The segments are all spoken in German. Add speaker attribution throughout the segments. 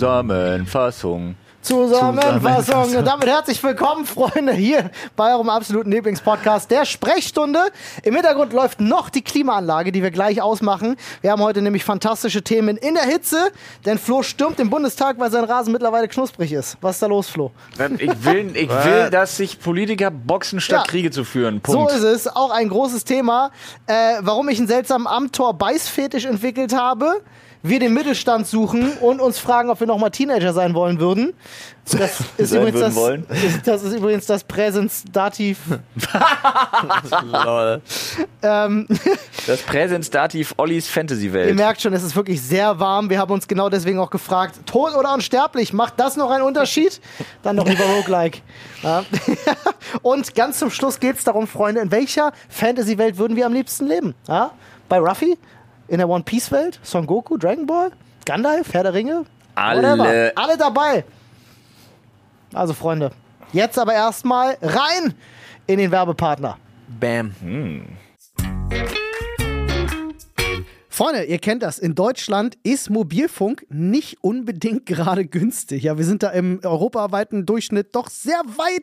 Speaker 1: Zusammenfassung.
Speaker 2: Zusammenfassung. Und damit herzlich willkommen, Freunde, hier bei eurem absoluten Lieblingspodcast der Sprechstunde. Im Hintergrund läuft noch die Klimaanlage, die wir gleich ausmachen. Wir haben heute nämlich fantastische Themen in der Hitze, denn Flo stürmt den Bundestag, weil sein Rasen mittlerweile knusprig ist. Was ist da los, Flo?
Speaker 3: Ich will, ich will, dass sich Politiker boxen, statt
Speaker 2: Ja.
Speaker 3: Kriege zu führen. Punkt.
Speaker 2: So ist es. Auch ein großes Thema. Äh, warum ich einen seltsamen Amtor-Beißfetisch entwickelt habe. Wir den Mittelstand suchen und uns fragen, ob wir nochmal Teenager sein wollen würden. Das ist,
Speaker 1: Sein
Speaker 2: übrigens
Speaker 1: würden
Speaker 2: das,
Speaker 1: wollen?
Speaker 2: ist, das ist übrigens das Präsentativ.
Speaker 3: Lol.
Speaker 2: Ähm,
Speaker 3: Das Präsentativ Ollis
Speaker 2: ihr
Speaker 3: Fantasy-Welt.
Speaker 2: merkt schon, es ist wirklich sehr warm. Wir haben uns genau deswegen auch gefragt, tot oder unsterblich, macht das noch einen Unterschied? Dann doch lieber Roguelike. Ja. Und ganz zum Schluss geht es darum, Freunde, in welcher Fantasy-Welt würden wir am liebsten leben? Ja? Bei Ruffy? In der One-Piece-Welt? Son Goku? Dragon Ball? Gandalf? Herr der Ringe? Whatever.
Speaker 3: Alle.
Speaker 2: Alle dabei. Also, Freunde, jetzt aber erstmal rein in den Werbepartner.
Speaker 3: Bam.
Speaker 2: Freunde, ihr kennt das. In Deutschland ist Mobilfunk nicht unbedingt gerade günstig. Ja, wir sind da im europaweiten Durchschnitt doch sehr weit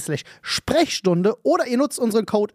Speaker 2: slash Sprechstunde oder ihr nutzt unseren Code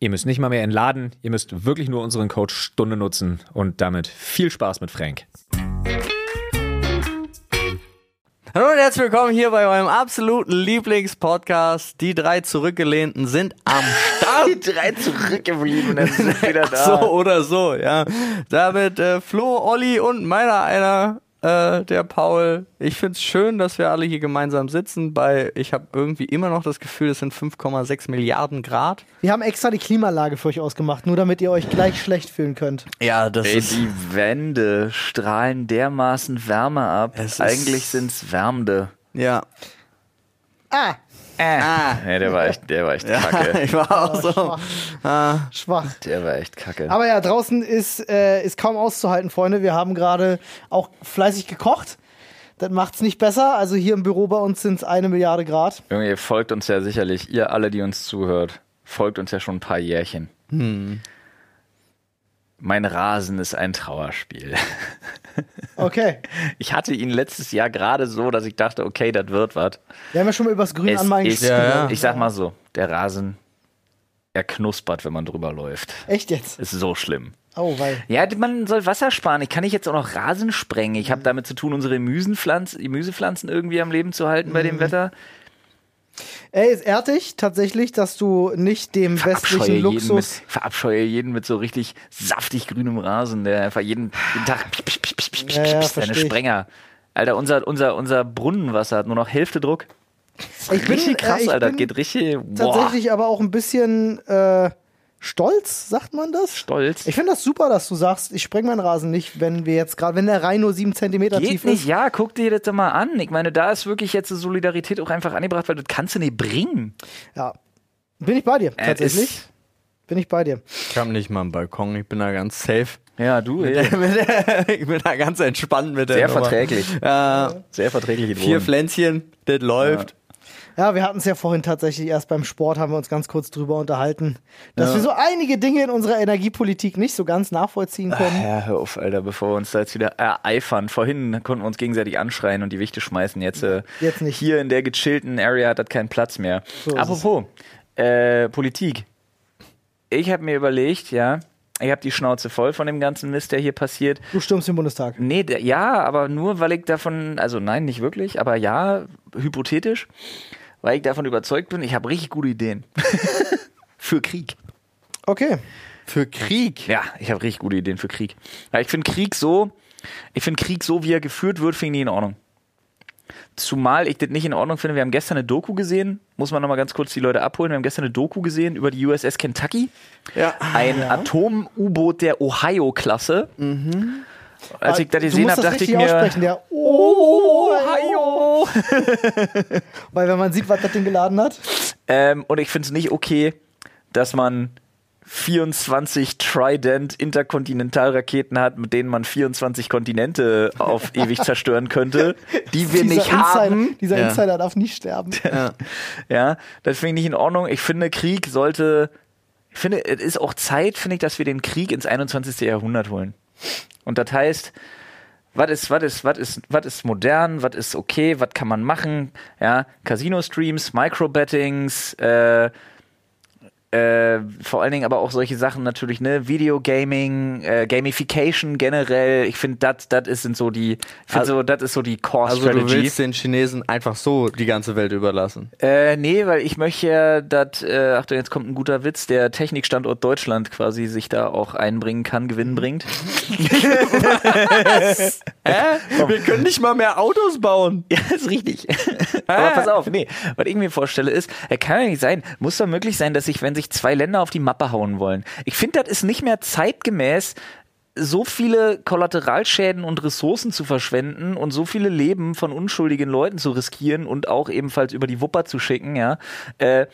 Speaker 4: ihr müsst nicht mal mehr entladen, ihr müsst wirklich nur unseren Code Stunde nutzen. Und damit viel Spaß mit Frank.
Speaker 5: Hallo und herzlich willkommen hier bei eurem absoluten Lieblingspodcast. Die drei Zurückgelehnten sind am Start.
Speaker 3: Die drei zurückgeblieben, dann sind wieder da.
Speaker 5: so oder so, ja. Damit äh, Flo, Olli und meiner einer, äh, der Paul. Ich find's schön, dass wir alle hier gemeinsam sitzen. Bei ich habe irgendwie immer noch das Gefühl, es sind 5,6 Milliarden Grad.
Speaker 2: Wir haben extra die Klimaanlage für euch ausgemacht, nur damit ihr euch gleich schlecht fühlen könnt.
Speaker 5: Ja, das
Speaker 3: Ey, die Wände strahlen dermaßen Wärme ab.
Speaker 5: Es ist-
Speaker 3: Eigentlich sind's Wärmende.
Speaker 5: ja.
Speaker 2: Ah,
Speaker 5: Ah.
Speaker 3: Ja, der war echt, der war echt kacke.
Speaker 5: Ich war auch so.
Speaker 2: schwach. schwach.
Speaker 3: Der war echt kacke.
Speaker 2: Aber ja, draußen ist, äh, ist kaum auszuhalten, Freunde. Wir haben gerade auch fleißig gekocht. Das macht's nicht besser. Also hier im Büro bei uns sind's eine Milliarde Grad.
Speaker 3: Junge, ihr folgt uns ja sicherlich, ihr alle, die uns zuhört, folgt uns ja schon ein paar Jährchen.
Speaker 5: Hm.
Speaker 3: Mein Rasen ist ein Trauerspiel.
Speaker 2: Okay.
Speaker 3: Ich hatte ihn letztes Jahr gerade so, dass ich dachte, okay, das wird was.
Speaker 2: Wir haben ja schon mal übers Grün
Speaker 3: Es
Speaker 2: anmalen
Speaker 3: ist,
Speaker 2: gesprochen.
Speaker 5: Ja, ja.
Speaker 3: ich sag mal so, der Rasen, er knuspert, wenn man drüber läuft.
Speaker 2: Echt jetzt?
Speaker 3: Ist so schlimm.
Speaker 2: Oh, weil.
Speaker 3: Ja, man soll Wasser sparen. Ich kann nicht jetzt auch noch Rasen sprengen. Ich habe damit zu tun, unsere Gemüsenpflanz- Gemüsepflanzen irgendwie am Leben zu halten bei dem Wetter.
Speaker 2: Ey, ist ehrlich tatsächlich, dass du nicht dem westlichen
Speaker 3: jeden mit,
Speaker 2: Luxus.
Speaker 3: verabscheue jeden mit so richtig saftig grünem Rasen, der einfach jeden, jeden Tag piep, piep, piep, piep, piep,
Speaker 2: Ja, ja,
Speaker 3: piep,
Speaker 2: versteh
Speaker 3: seine
Speaker 2: ich.
Speaker 3: Sprenger. Alter, unser, unser, unser Brunnenwasser hat nur noch Hälfte Druck.
Speaker 2: Ich bin,
Speaker 3: richtig
Speaker 2: äh,
Speaker 3: krass,
Speaker 2: ich
Speaker 3: Alter.
Speaker 2: bin
Speaker 3: Das geht richtig boah,
Speaker 2: tatsächlich aber auch ein bisschen äh, stolz, sagt man das?
Speaker 3: stolz.
Speaker 2: Ich finde das super, dass du sagst, ich spreng meinen Rasen nicht, wenn wir jetzt gerade, wenn der Rhein nur sieben Zentimeter tief
Speaker 3: Geht nicht,
Speaker 2: ist.
Speaker 3: ja, guck dir das doch mal an. Ich meine, da ist wirklich jetzt die Solidarität auch einfach angebracht, weil das kannst du nicht bringen.
Speaker 2: Ja. Bin ich bei dir,
Speaker 3: Äh,
Speaker 2: tatsächlich. Bin ich bei dir.
Speaker 5: Ich kam nicht mal am Balkon. Ich bin da ganz safe.
Speaker 3: Ja, du, ey.
Speaker 5: Mit der- ich bin da ganz entspannt mit der
Speaker 3: Sehr
Speaker 5: Nummer.
Speaker 3: verträglich.
Speaker 5: Ja.
Speaker 3: Sehr verträgliche
Speaker 5: Vier
Speaker 3: Drohnen.
Speaker 5: Pflänzchen, das läuft.
Speaker 2: Ja, wir hatten es ja vorhin tatsächlich erst beim Sport, haben wir uns ganz kurz drüber unterhalten, dass wir so einige Dinge in unserer Energiepolitik nicht so ganz
Speaker 3: Äh.
Speaker 2: nachvollziehen können.
Speaker 3: Ja, hör auf, Alter, bevor wir uns da jetzt wieder ereifern. Vorhin konnten wir uns gegenseitig anschreien und die Wichte schmeißen. Jetzt, äh,
Speaker 2: Jetzt nicht.
Speaker 3: Hier in der gechillten Area hat das keinen Platz mehr.
Speaker 2: So ist
Speaker 3: Apropos, äh, Politik. Ich habe mir überlegt, ja, ich habe die Schnauze voll von dem ganzen Mist, der hier passiert.
Speaker 2: Du stürmst den Bundestag.
Speaker 3: Nee, der, ja, aber nur weil ich davon, also nein, nicht wirklich, aber ja, hypothetisch, weil ich davon überzeugt bin, ich habe richtig gute Ideen. für Krieg.
Speaker 2: Okay.
Speaker 5: Für Krieg.
Speaker 3: Ja, ich habe richtig gute Ideen für Krieg. Ja, ich finde Krieg so, ich finde Krieg so, wie er geführt wird, finde ich nicht in Ordnung. Zumal ich das nicht in Ordnung finde, wir haben gestern eine Doku gesehen, muss man nochmal ganz kurz die Leute abholen, wir haben gestern eine Doku gesehen über die USS Kentucky,
Speaker 5: Ja.
Speaker 2: Ah,
Speaker 3: ein Atom-U-Boot der Ohio-Klasse. Als ich das
Speaker 2: Mhm. Ah, du
Speaker 3: gesehen
Speaker 2: musst
Speaker 3: habe,
Speaker 2: das
Speaker 3: dachte
Speaker 2: richtig
Speaker 3: ich mir, Oh,
Speaker 2: aussprechen, der Ohio.
Speaker 3: Ohio! oh.
Speaker 2: Weil wenn man sieht, was das Ding geladen hat.
Speaker 3: Ähm, und ich finde es nicht okay, dass man 24 Trident Interkontinentalraketen hat, mit denen man 24 Kontinente auf ewig zerstören könnte, die wir nicht
Speaker 2: Insider,
Speaker 3: haben.
Speaker 2: Dieser
Speaker 5: Ja.
Speaker 2: Insider darf nicht sterben.
Speaker 3: Ja, das finde ich nicht in Ordnung. Ich finde, Krieg sollte, ich finde, es ist auch Zeit, finde ich, dass wir den Krieg ins 21. Jahrhundert holen. Und das heißt, was ist, was ist, was ist, was ist modern, was ist okay, was kann man machen? Ja, Casino-Streams, Microbettings, äh, äh, vor allen Dingen aber auch solche Sachen natürlich, ne, Videogaming, äh, Gamification generell. Ich finde, das, das ist- sind so die, ich finde so, das ist so die
Speaker 5: Also
Speaker 3: Core-Strategy.
Speaker 5: du willst den Chinesen einfach so die ganze Welt überlassen.
Speaker 3: Äh, nee, weil ich möchte ja, dass, äh, Achtung, jetzt kommt ein guter Witz, der Technikstandort Deutschland quasi sich da auch einbringen kann, Gewinn bringt.
Speaker 5: Wir können nicht mal mehr Autos bauen.
Speaker 3: Ja, ist richtig. Aber
Speaker 2: Ah.
Speaker 3: pass auf, nee, was ich mir vorstelle ist, äh, kann ja nicht sein, muss doch möglich sein, dass sich, wenn sich zwei Länder auf die Mappe hauen wollen. Ich finde, das ist nicht mehr zeitgemäß, so viele Kollateralschäden und Ressourcen zu verschwenden und so viele Leben von unschuldigen Leuten zu riskieren und auch ebenfalls über die Wupper zu schicken, ja. Äh,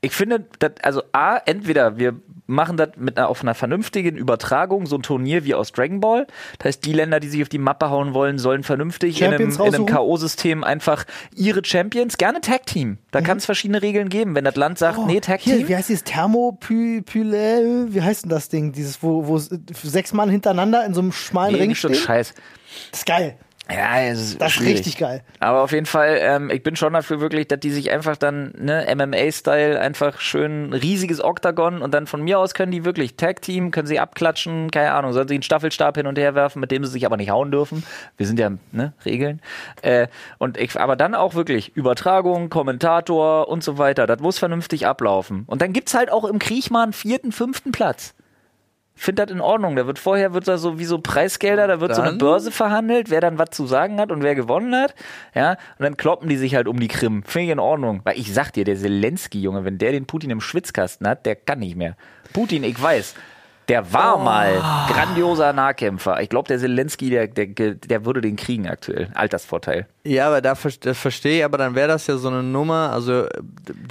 Speaker 3: ich finde, dat, also A, entweder wir machen das mit einer, auf einer vernünftigen Übertragung, so ein Turnier wie aus Dragon Ball. Das heißt, die Länder, die sich auf die Mappe hauen wollen, sollen vernünftig in einem,
Speaker 2: Champions
Speaker 3: in einem
Speaker 2: raussuchen?
Speaker 3: K.O.-System einfach ihre Champions, gerne Tag Team. Da kann es verschiedene Regeln geben. Wenn das Land sagt, nee, Tag Team.
Speaker 2: Oh, Hier, wie heißt dieses Thermopyle? Wie heißt denn das Ding? Dieses, wo, wo es, äh, sechs Mann hintereinander in so einem schmalen
Speaker 3: nee,
Speaker 2: Ring
Speaker 3: nicht so ein
Speaker 2: stehen?
Speaker 3: Scheiß.
Speaker 2: Das ist geil.
Speaker 3: Ja, es ist
Speaker 2: Das ist
Speaker 3: schwierig.
Speaker 2: richtig geil.
Speaker 3: Aber auf jeden Fall, ähm, ich bin schon dafür wirklich, dass die sich einfach dann, ne, MMA-Style, einfach schön riesiges Oktagon und dann von mir aus können die wirklich Tag-Team, können sie abklatschen, keine Ahnung, sollen sie einen Staffelstab hin und her werfen, mit dem sie sich aber nicht hauen dürfen. Wir sind ja, ne, Regeln. Äh, und ich, aber dann auch wirklich Übertragung, Kommentator und so weiter. Das muss vernünftig ablaufen. Und dann gibt's halt auch im Krieg mal einen vierten, fünften Platz finde das in Ordnung. Da wird vorher wird da so wie so Preisgelder, da wird so eine
Speaker 5: Dann?
Speaker 3: Börse verhandelt, wer dann was zu sagen hat und wer gewonnen hat. Ja, und dann kloppen die sich halt um die Krim. Finde ich in Ordnung. Weil ich sag dir, der Zelensky, Junge, wenn der den Putin im Schwitzkasten hat, der kann nicht mehr. Putin, ich weiß. Der war
Speaker 5: Oh.
Speaker 3: mal grandioser Nahkämpfer. Ich glaube, der Zelensky, der, der, der würde den kriegen aktuell. Altersvorteil.
Speaker 5: Ja, aber da ver das verstehe ich, aber dann wäre das ja so eine Nummer. Also äh,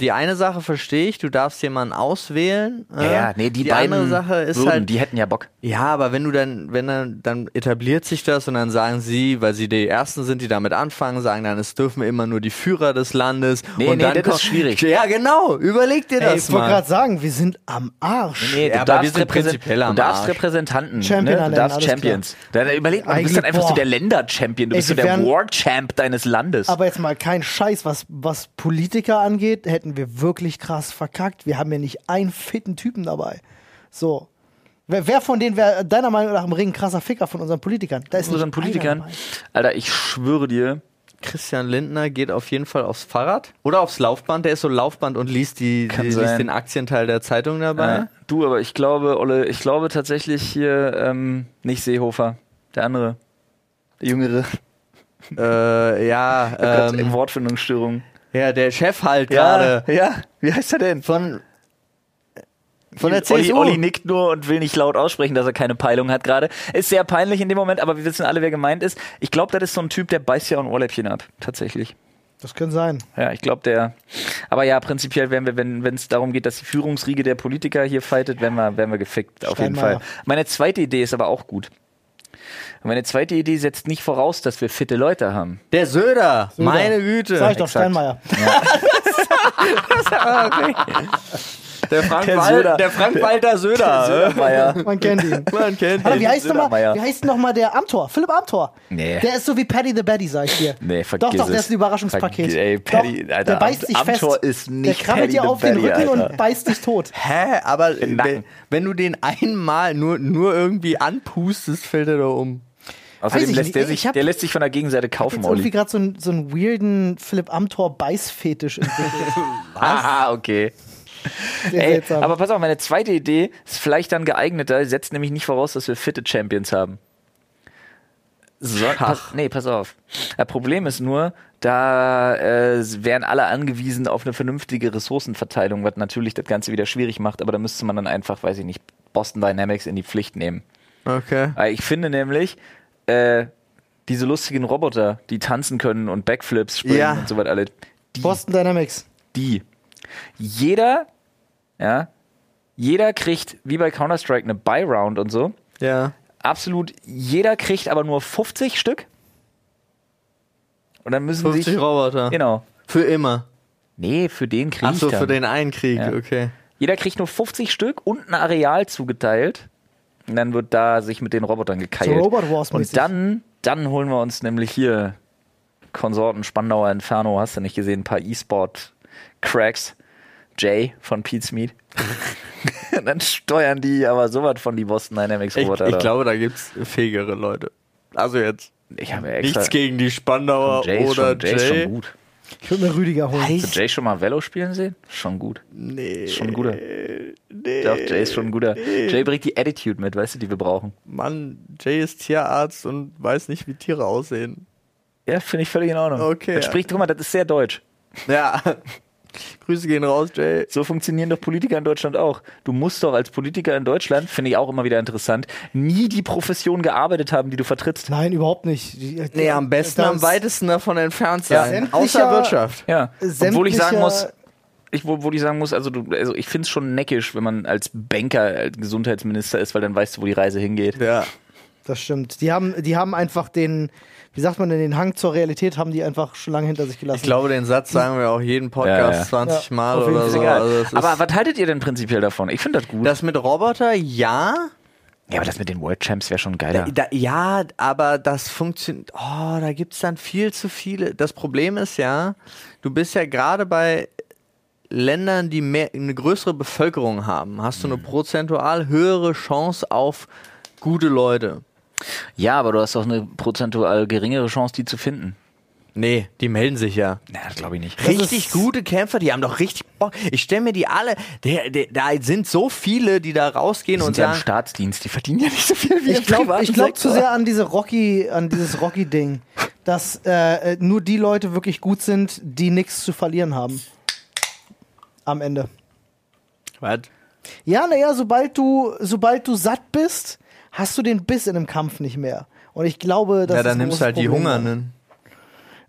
Speaker 5: die eine Sache verstehe ich, du darfst jemanden auswählen.
Speaker 3: Ja,
Speaker 5: äh,
Speaker 3: ja nee, die,
Speaker 5: die
Speaker 3: beiden
Speaker 5: andere Sache ist
Speaker 3: würden,
Speaker 5: halt,
Speaker 3: die hätten ja Bock.
Speaker 5: Ja, aber wenn du dann, wenn dann, dann etabliert sich das und dann sagen sie, weil sie die Ersten sind, die damit anfangen, sagen dann, es dürfen immer nur die Führer des Landes.
Speaker 3: Nee,
Speaker 5: und
Speaker 3: nee,
Speaker 5: dann
Speaker 3: das ist
Speaker 5: ko-
Speaker 3: schwierig.
Speaker 5: Ja, genau. Überleg dir
Speaker 2: Ey,
Speaker 5: das
Speaker 2: ich wollte
Speaker 5: mal.
Speaker 2: gerade sagen, wir sind am Arsch.
Speaker 3: Nee, du
Speaker 5: Ja, aber
Speaker 3: darfst
Speaker 5: wir sind
Speaker 3: Repräsent-
Speaker 5: prinzipiell am
Speaker 3: Du darfst
Speaker 5: Arsch.
Speaker 3: Repräsentanten.
Speaker 2: Champion
Speaker 3: ne? Du
Speaker 2: ernennen,
Speaker 3: darfst
Speaker 2: alles
Speaker 3: Champions. Da, da überleg mal, du bist
Speaker 2: Eigentlich,
Speaker 3: dann einfach so
Speaker 2: boah.
Speaker 3: der Länder-Champion. Du
Speaker 2: Ey,
Speaker 3: bist so
Speaker 2: wir
Speaker 3: der
Speaker 2: wären-
Speaker 3: War-Champ deines Landes.
Speaker 2: Aber jetzt mal kein Scheiß, was, was Politiker angeht, hätten wir wirklich krass verkackt. Wir haben ja nicht einen fitten Typen dabei. So. Wer, wer von denen wäre deiner Meinung nach im Ring ein krasser Ficker von unseren Politikern? Da ist
Speaker 3: unseren
Speaker 2: nicht
Speaker 3: Politikern.
Speaker 2: einer dabei.
Speaker 3: Alter, ich schwöre dir.
Speaker 5: Christian Lindner geht auf jeden Fall aufs Fahrrad oder aufs Laufband. Der ist so Laufband und liest, die, die,
Speaker 3: Kann sein.
Speaker 5: liest den Aktienteil der Zeitung dabei.
Speaker 3: Äh, du, aber ich glaube, Olle, ich glaube tatsächlich hier, ähm, nicht Seehofer, der andere. Der Jüngere.
Speaker 5: Äh, ja,
Speaker 3: Ähm,
Speaker 5: ähm,
Speaker 3: Wortfindungsstörung.
Speaker 5: ja, der Chef halt
Speaker 3: Ja,
Speaker 5: gerade.
Speaker 3: ja. Wie heißt er denn?
Speaker 5: Von, von der
Speaker 3: Olli,
Speaker 5: CSU.
Speaker 3: Olli nickt nur und will nicht laut aussprechen, dass er keine Peilung hat gerade. Ist sehr peinlich in dem Moment, aber wir wissen alle, wer gemeint ist. Ich glaube, das ist so ein Typ, der beißt ja auch ein Ohrläppchen ab, tatsächlich.
Speaker 2: Das können sein.
Speaker 3: Ja, ich glaube, der. Aber ja, prinzipiell wären wir, wenn es darum geht, dass die Führungsriege der Politiker hier fightet, wären wir, wären wir gefickt, auf jeden
Speaker 2: Steinmeier.
Speaker 3: Fall. Meine zweite Idee ist aber auch gut. Meine zweite Idee setzt nicht voraus, dass wir fitte Leute haben.
Speaker 5: Der Söder. Meine Güte.
Speaker 2: Sag ich doch
Speaker 3: exakt.
Speaker 2: Steinmeier.
Speaker 5: Der Frank,
Speaker 3: Der
Speaker 5: Wal-
Speaker 3: Söder.
Speaker 5: der Frank Walter Söder.
Speaker 3: Södermeier.
Speaker 2: Man kennt ihn.
Speaker 5: Man kennt
Speaker 2: Alter,
Speaker 5: ihn.
Speaker 2: wie heißt nochmal
Speaker 3: Södermeier.
Speaker 2: wie heißt noch mal der Amtor? Philipp Amtor.
Speaker 3: Nee.
Speaker 2: Der ist so wie Paddy the Baddy, sag ich dir.
Speaker 3: Nee, vergiss
Speaker 2: Doch, doch, der
Speaker 3: es.
Speaker 2: ist ein Überraschungspaket.
Speaker 3: Vergiss- ey, Paddy,
Speaker 2: doch,
Speaker 3: Alter,
Speaker 2: der beißt sich
Speaker 3: Am-
Speaker 2: fest.
Speaker 3: Amthor ist nicht
Speaker 2: der krabbelt
Speaker 3: Paddy
Speaker 2: dir
Speaker 3: the
Speaker 2: auf den
Speaker 3: Baddy,
Speaker 2: Rücken
Speaker 3: Alter.
Speaker 2: und beißt dich tot.
Speaker 5: Hä? Aber
Speaker 3: Nacken.
Speaker 5: wenn, wenn du den einmal nur, nur irgendwie anpustest, fällt er da um.
Speaker 2: Weiß
Speaker 3: Außerdem
Speaker 2: ich
Speaker 3: lässt
Speaker 2: nicht,
Speaker 3: der
Speaker 2: ey,
Speaker 3: sich,
Speaker 2: ich hab-
Speaker 3: der lässt sich von der Gegenseite kaufen,
Speaker 2: Jetzt irgendwie
Speaker 3: Olli.
Speaker 2: gerade so, einen- so einen weirden Philipp Amthor Beißfetisch entwickelt.
Speaker 3: Ah, okay.
Speaker 2: Sehr
Speaker 3: Ey,
Speaker 2: seltsam.
Speaker 3: aber pass auf, meine zweite Idee ist vielleicht dann geeigneter, setzt nämlich nicht voraus, dass wir fitte Champions haben. So, pass, nee, pass auf. Das Problem ist nur, da äh, wären alle angewiesen auf eine vernünftige Ressourcenverteilung, was natürlich das Ganze wieder schwierig macht, aber da müsste man dann einfach, weiß ich nicht, Boston Dynamics in die Pflicht nehmen.
Speaker 5: Okay.
Speaker 3: Weil ich finde nämlich, äh, diese lustigen Roboter, die tanzen können und Backflips springen
Speaker 5: Ja.
Speaker 3: und so weiter alle, die
Speaker 2: Boston Dynamics.
Speaker 3: die. Jeder, ja, jeder kriegt, wie bei Counter-Strike, eine Buy-Round und so.
Speaker 5: Ja.
Speaker 3: Absolut, jeder kriegt aber nur 50 Stück. Und dann müssen
Speaker 5: 50
Speaker 3: sich.
Speaker 5: Roboter.
Speaker 3: Genau.
Speaker 5: Für immer.
Speaker 3: Nee, für den krieg
Speaker 5: Ach
Speaker 3: ich
Speaker 5: so,
Speaker 3: dann.
Speaker 5: für den einen Krieg,
Speaker 3: Ja.
Speaker 5: okay.
Speaker 3: Jeder kriegt nur 50 Stück und ein Areal zugeteilt. Und dann wird da sich mit den Robotern gekeilt.
Speaker 2: So Robot Wars
Speaker 3: und
Speaker 2: mäßig.
Speaker 3: dann, dann holen wir uns nämlich hier Konsorten Spandauer Inferno, hast du nicht gesehen, ein paar E-Sport-Cracks. Jay von Pete's Meat. und dann steuern die aber sowas von die Boston Dynamics
Speaker 5: Ich,
Speaker 3: Roboter.
Speaker 5: ich
Speaker 3: da.
Speaker 5: glaube, da gibt's fähigere Leute. Also jetzt
Speaker 3: ich habe ja extra.
Speaker 5: nichts gegen die Spandauer
Speaker 3: Jay ist
Speaker 5: oder
Speaker 3: schon, Jay ist
Speaker 5: Jay.
Speaker 3: schon gut.
Speaker 2: Ich würde mir Rüdiger holen.
Speaker 3: Hast du Jay schon mal Velo spielen sehen? Schon gut.
Speaker 5: Nee.
Speaker 3: Ist schon ein guter. Doch, Jay ist schon ein guter. Jay bringt die Attitude mit, weißt du, die wir brauchen.
Speaker 5: Mann, Jay ist Tierarzt und weiß nicht, wie Tiere aussehen.
Speaker 3: Ja, finde ich völlig in Ordnung.
Speaker 5: Okay,
Speaker 3: Dann
Speaker 5: ja.
Speaker 3: sprich drüber, das ist sehr deutsch.
Speaker 5: Ja. Grüße gehen raus, Jay.
Speaker 3: So funktionieren doch Politiker in Deutschland auch. Du musst doch als Politiker in Deutschland, finde ich auch immer wieder interessant, nie die Profession gearbeitet haben, die du vertrittst.
Speaker 2: Nein, überhaupt nicht. Die- äh,
Speaker 5: Nee, am besten
Speaker 2: das-
Speaker 5: am weitesten davon entfernt
Speaker 2: Ja.
Speaker 5: sein.
Speaker 2: Sämtlicher-
Speaker 5: Außer Wirtschaft.
Speaker 3: Ja, obwohl ich sagen
Speaker 2: Sämtlicher-
Speaker 3: muss, ich, wo, wo ich sagen muss, also, du, also ich finde es schon neckisch, wenn man als Banker als Gesundheitsminister ist, weil dann weißt du, wo die Reise hingeht.
Speaker 5: Ja.
Speaker 2: Das stimmt. Die haben, die haben einfach den, wie sagt man denn, den Hang zur Realität haben die einfach schon lange hinter sich gelassen.
Speaker 5: Ich glaube, den Satz sagen wir auch jeden Podcast
Speaker 3: Ja, ja.
Speaker 5: 20
Speaker 2: Ja,
Speaker 5: Mal
Speaker 2: auf jeden
Speaker 5: oder
Speaker 2: Fall.
Speaker 5: so.
Speaker 3: Egal.
Speaker 5: Also das ist-
Speaker 3: aber was haltet ihr denn prinzipiell davon? Ich finde das gut.
Speaker 5: das mit Roboter, ja.
Speaker 3: ja, aber das mit den World Champs wäre schon geiler.
Speaker 5: Da, ja, aber das funktioniert. Oh, da gibt es dann viel zu viele. Das Problem ist ja, du bist ja gerade bei Ländern, die mehr, eine größere Bevölkerung haben, hast du eine prozentual höhere Chance auf gute Leute.
Speaker 3: ja, aber du hast doch eine prozentual geringere Chance, die zu finden.
Speaker 5: Nee, die melden sich ja.
Speaker 3: Na, das glaube ich nicht.
Speaker 5: Richtig gute Kämpfer, die haben doch richtig Bock. Ich stelle mir die alle, der, der, da sind so viele, die da rausgehen und
Speaker 3: sind ja im
Speaker 5: sagen,
Speaker 3: Staatsdienst, die verdienen ja nicht so viel wie
Speaker 2: Ich
Speaker 3: im
Speaker 2: glaube
Speaker 3: privaten
Speaker 2: ich glaub zu
Speaker 3: Sektor.
Speaker 2: sehr an diese Rocky, an dieses Rocky-Ding, dass äh, äh, nur die Leute wirklich gut sind, die nichts zu verlieren haben. Am Ende.
Speaker 5: was?
Speaker 2: Ja, naja, sobald du, sobald du satt bist, hast du den Biss in einem Kampf nicht mehr. Und ich glaube, das
Speaker 5: Ja,
Speaker 2: ist
Speaker 5: dann
Speaker 2: ein großes
Speaker 5: nimmst du halt die
Speaker 2: Problem.
Speaker 5: Hungernden.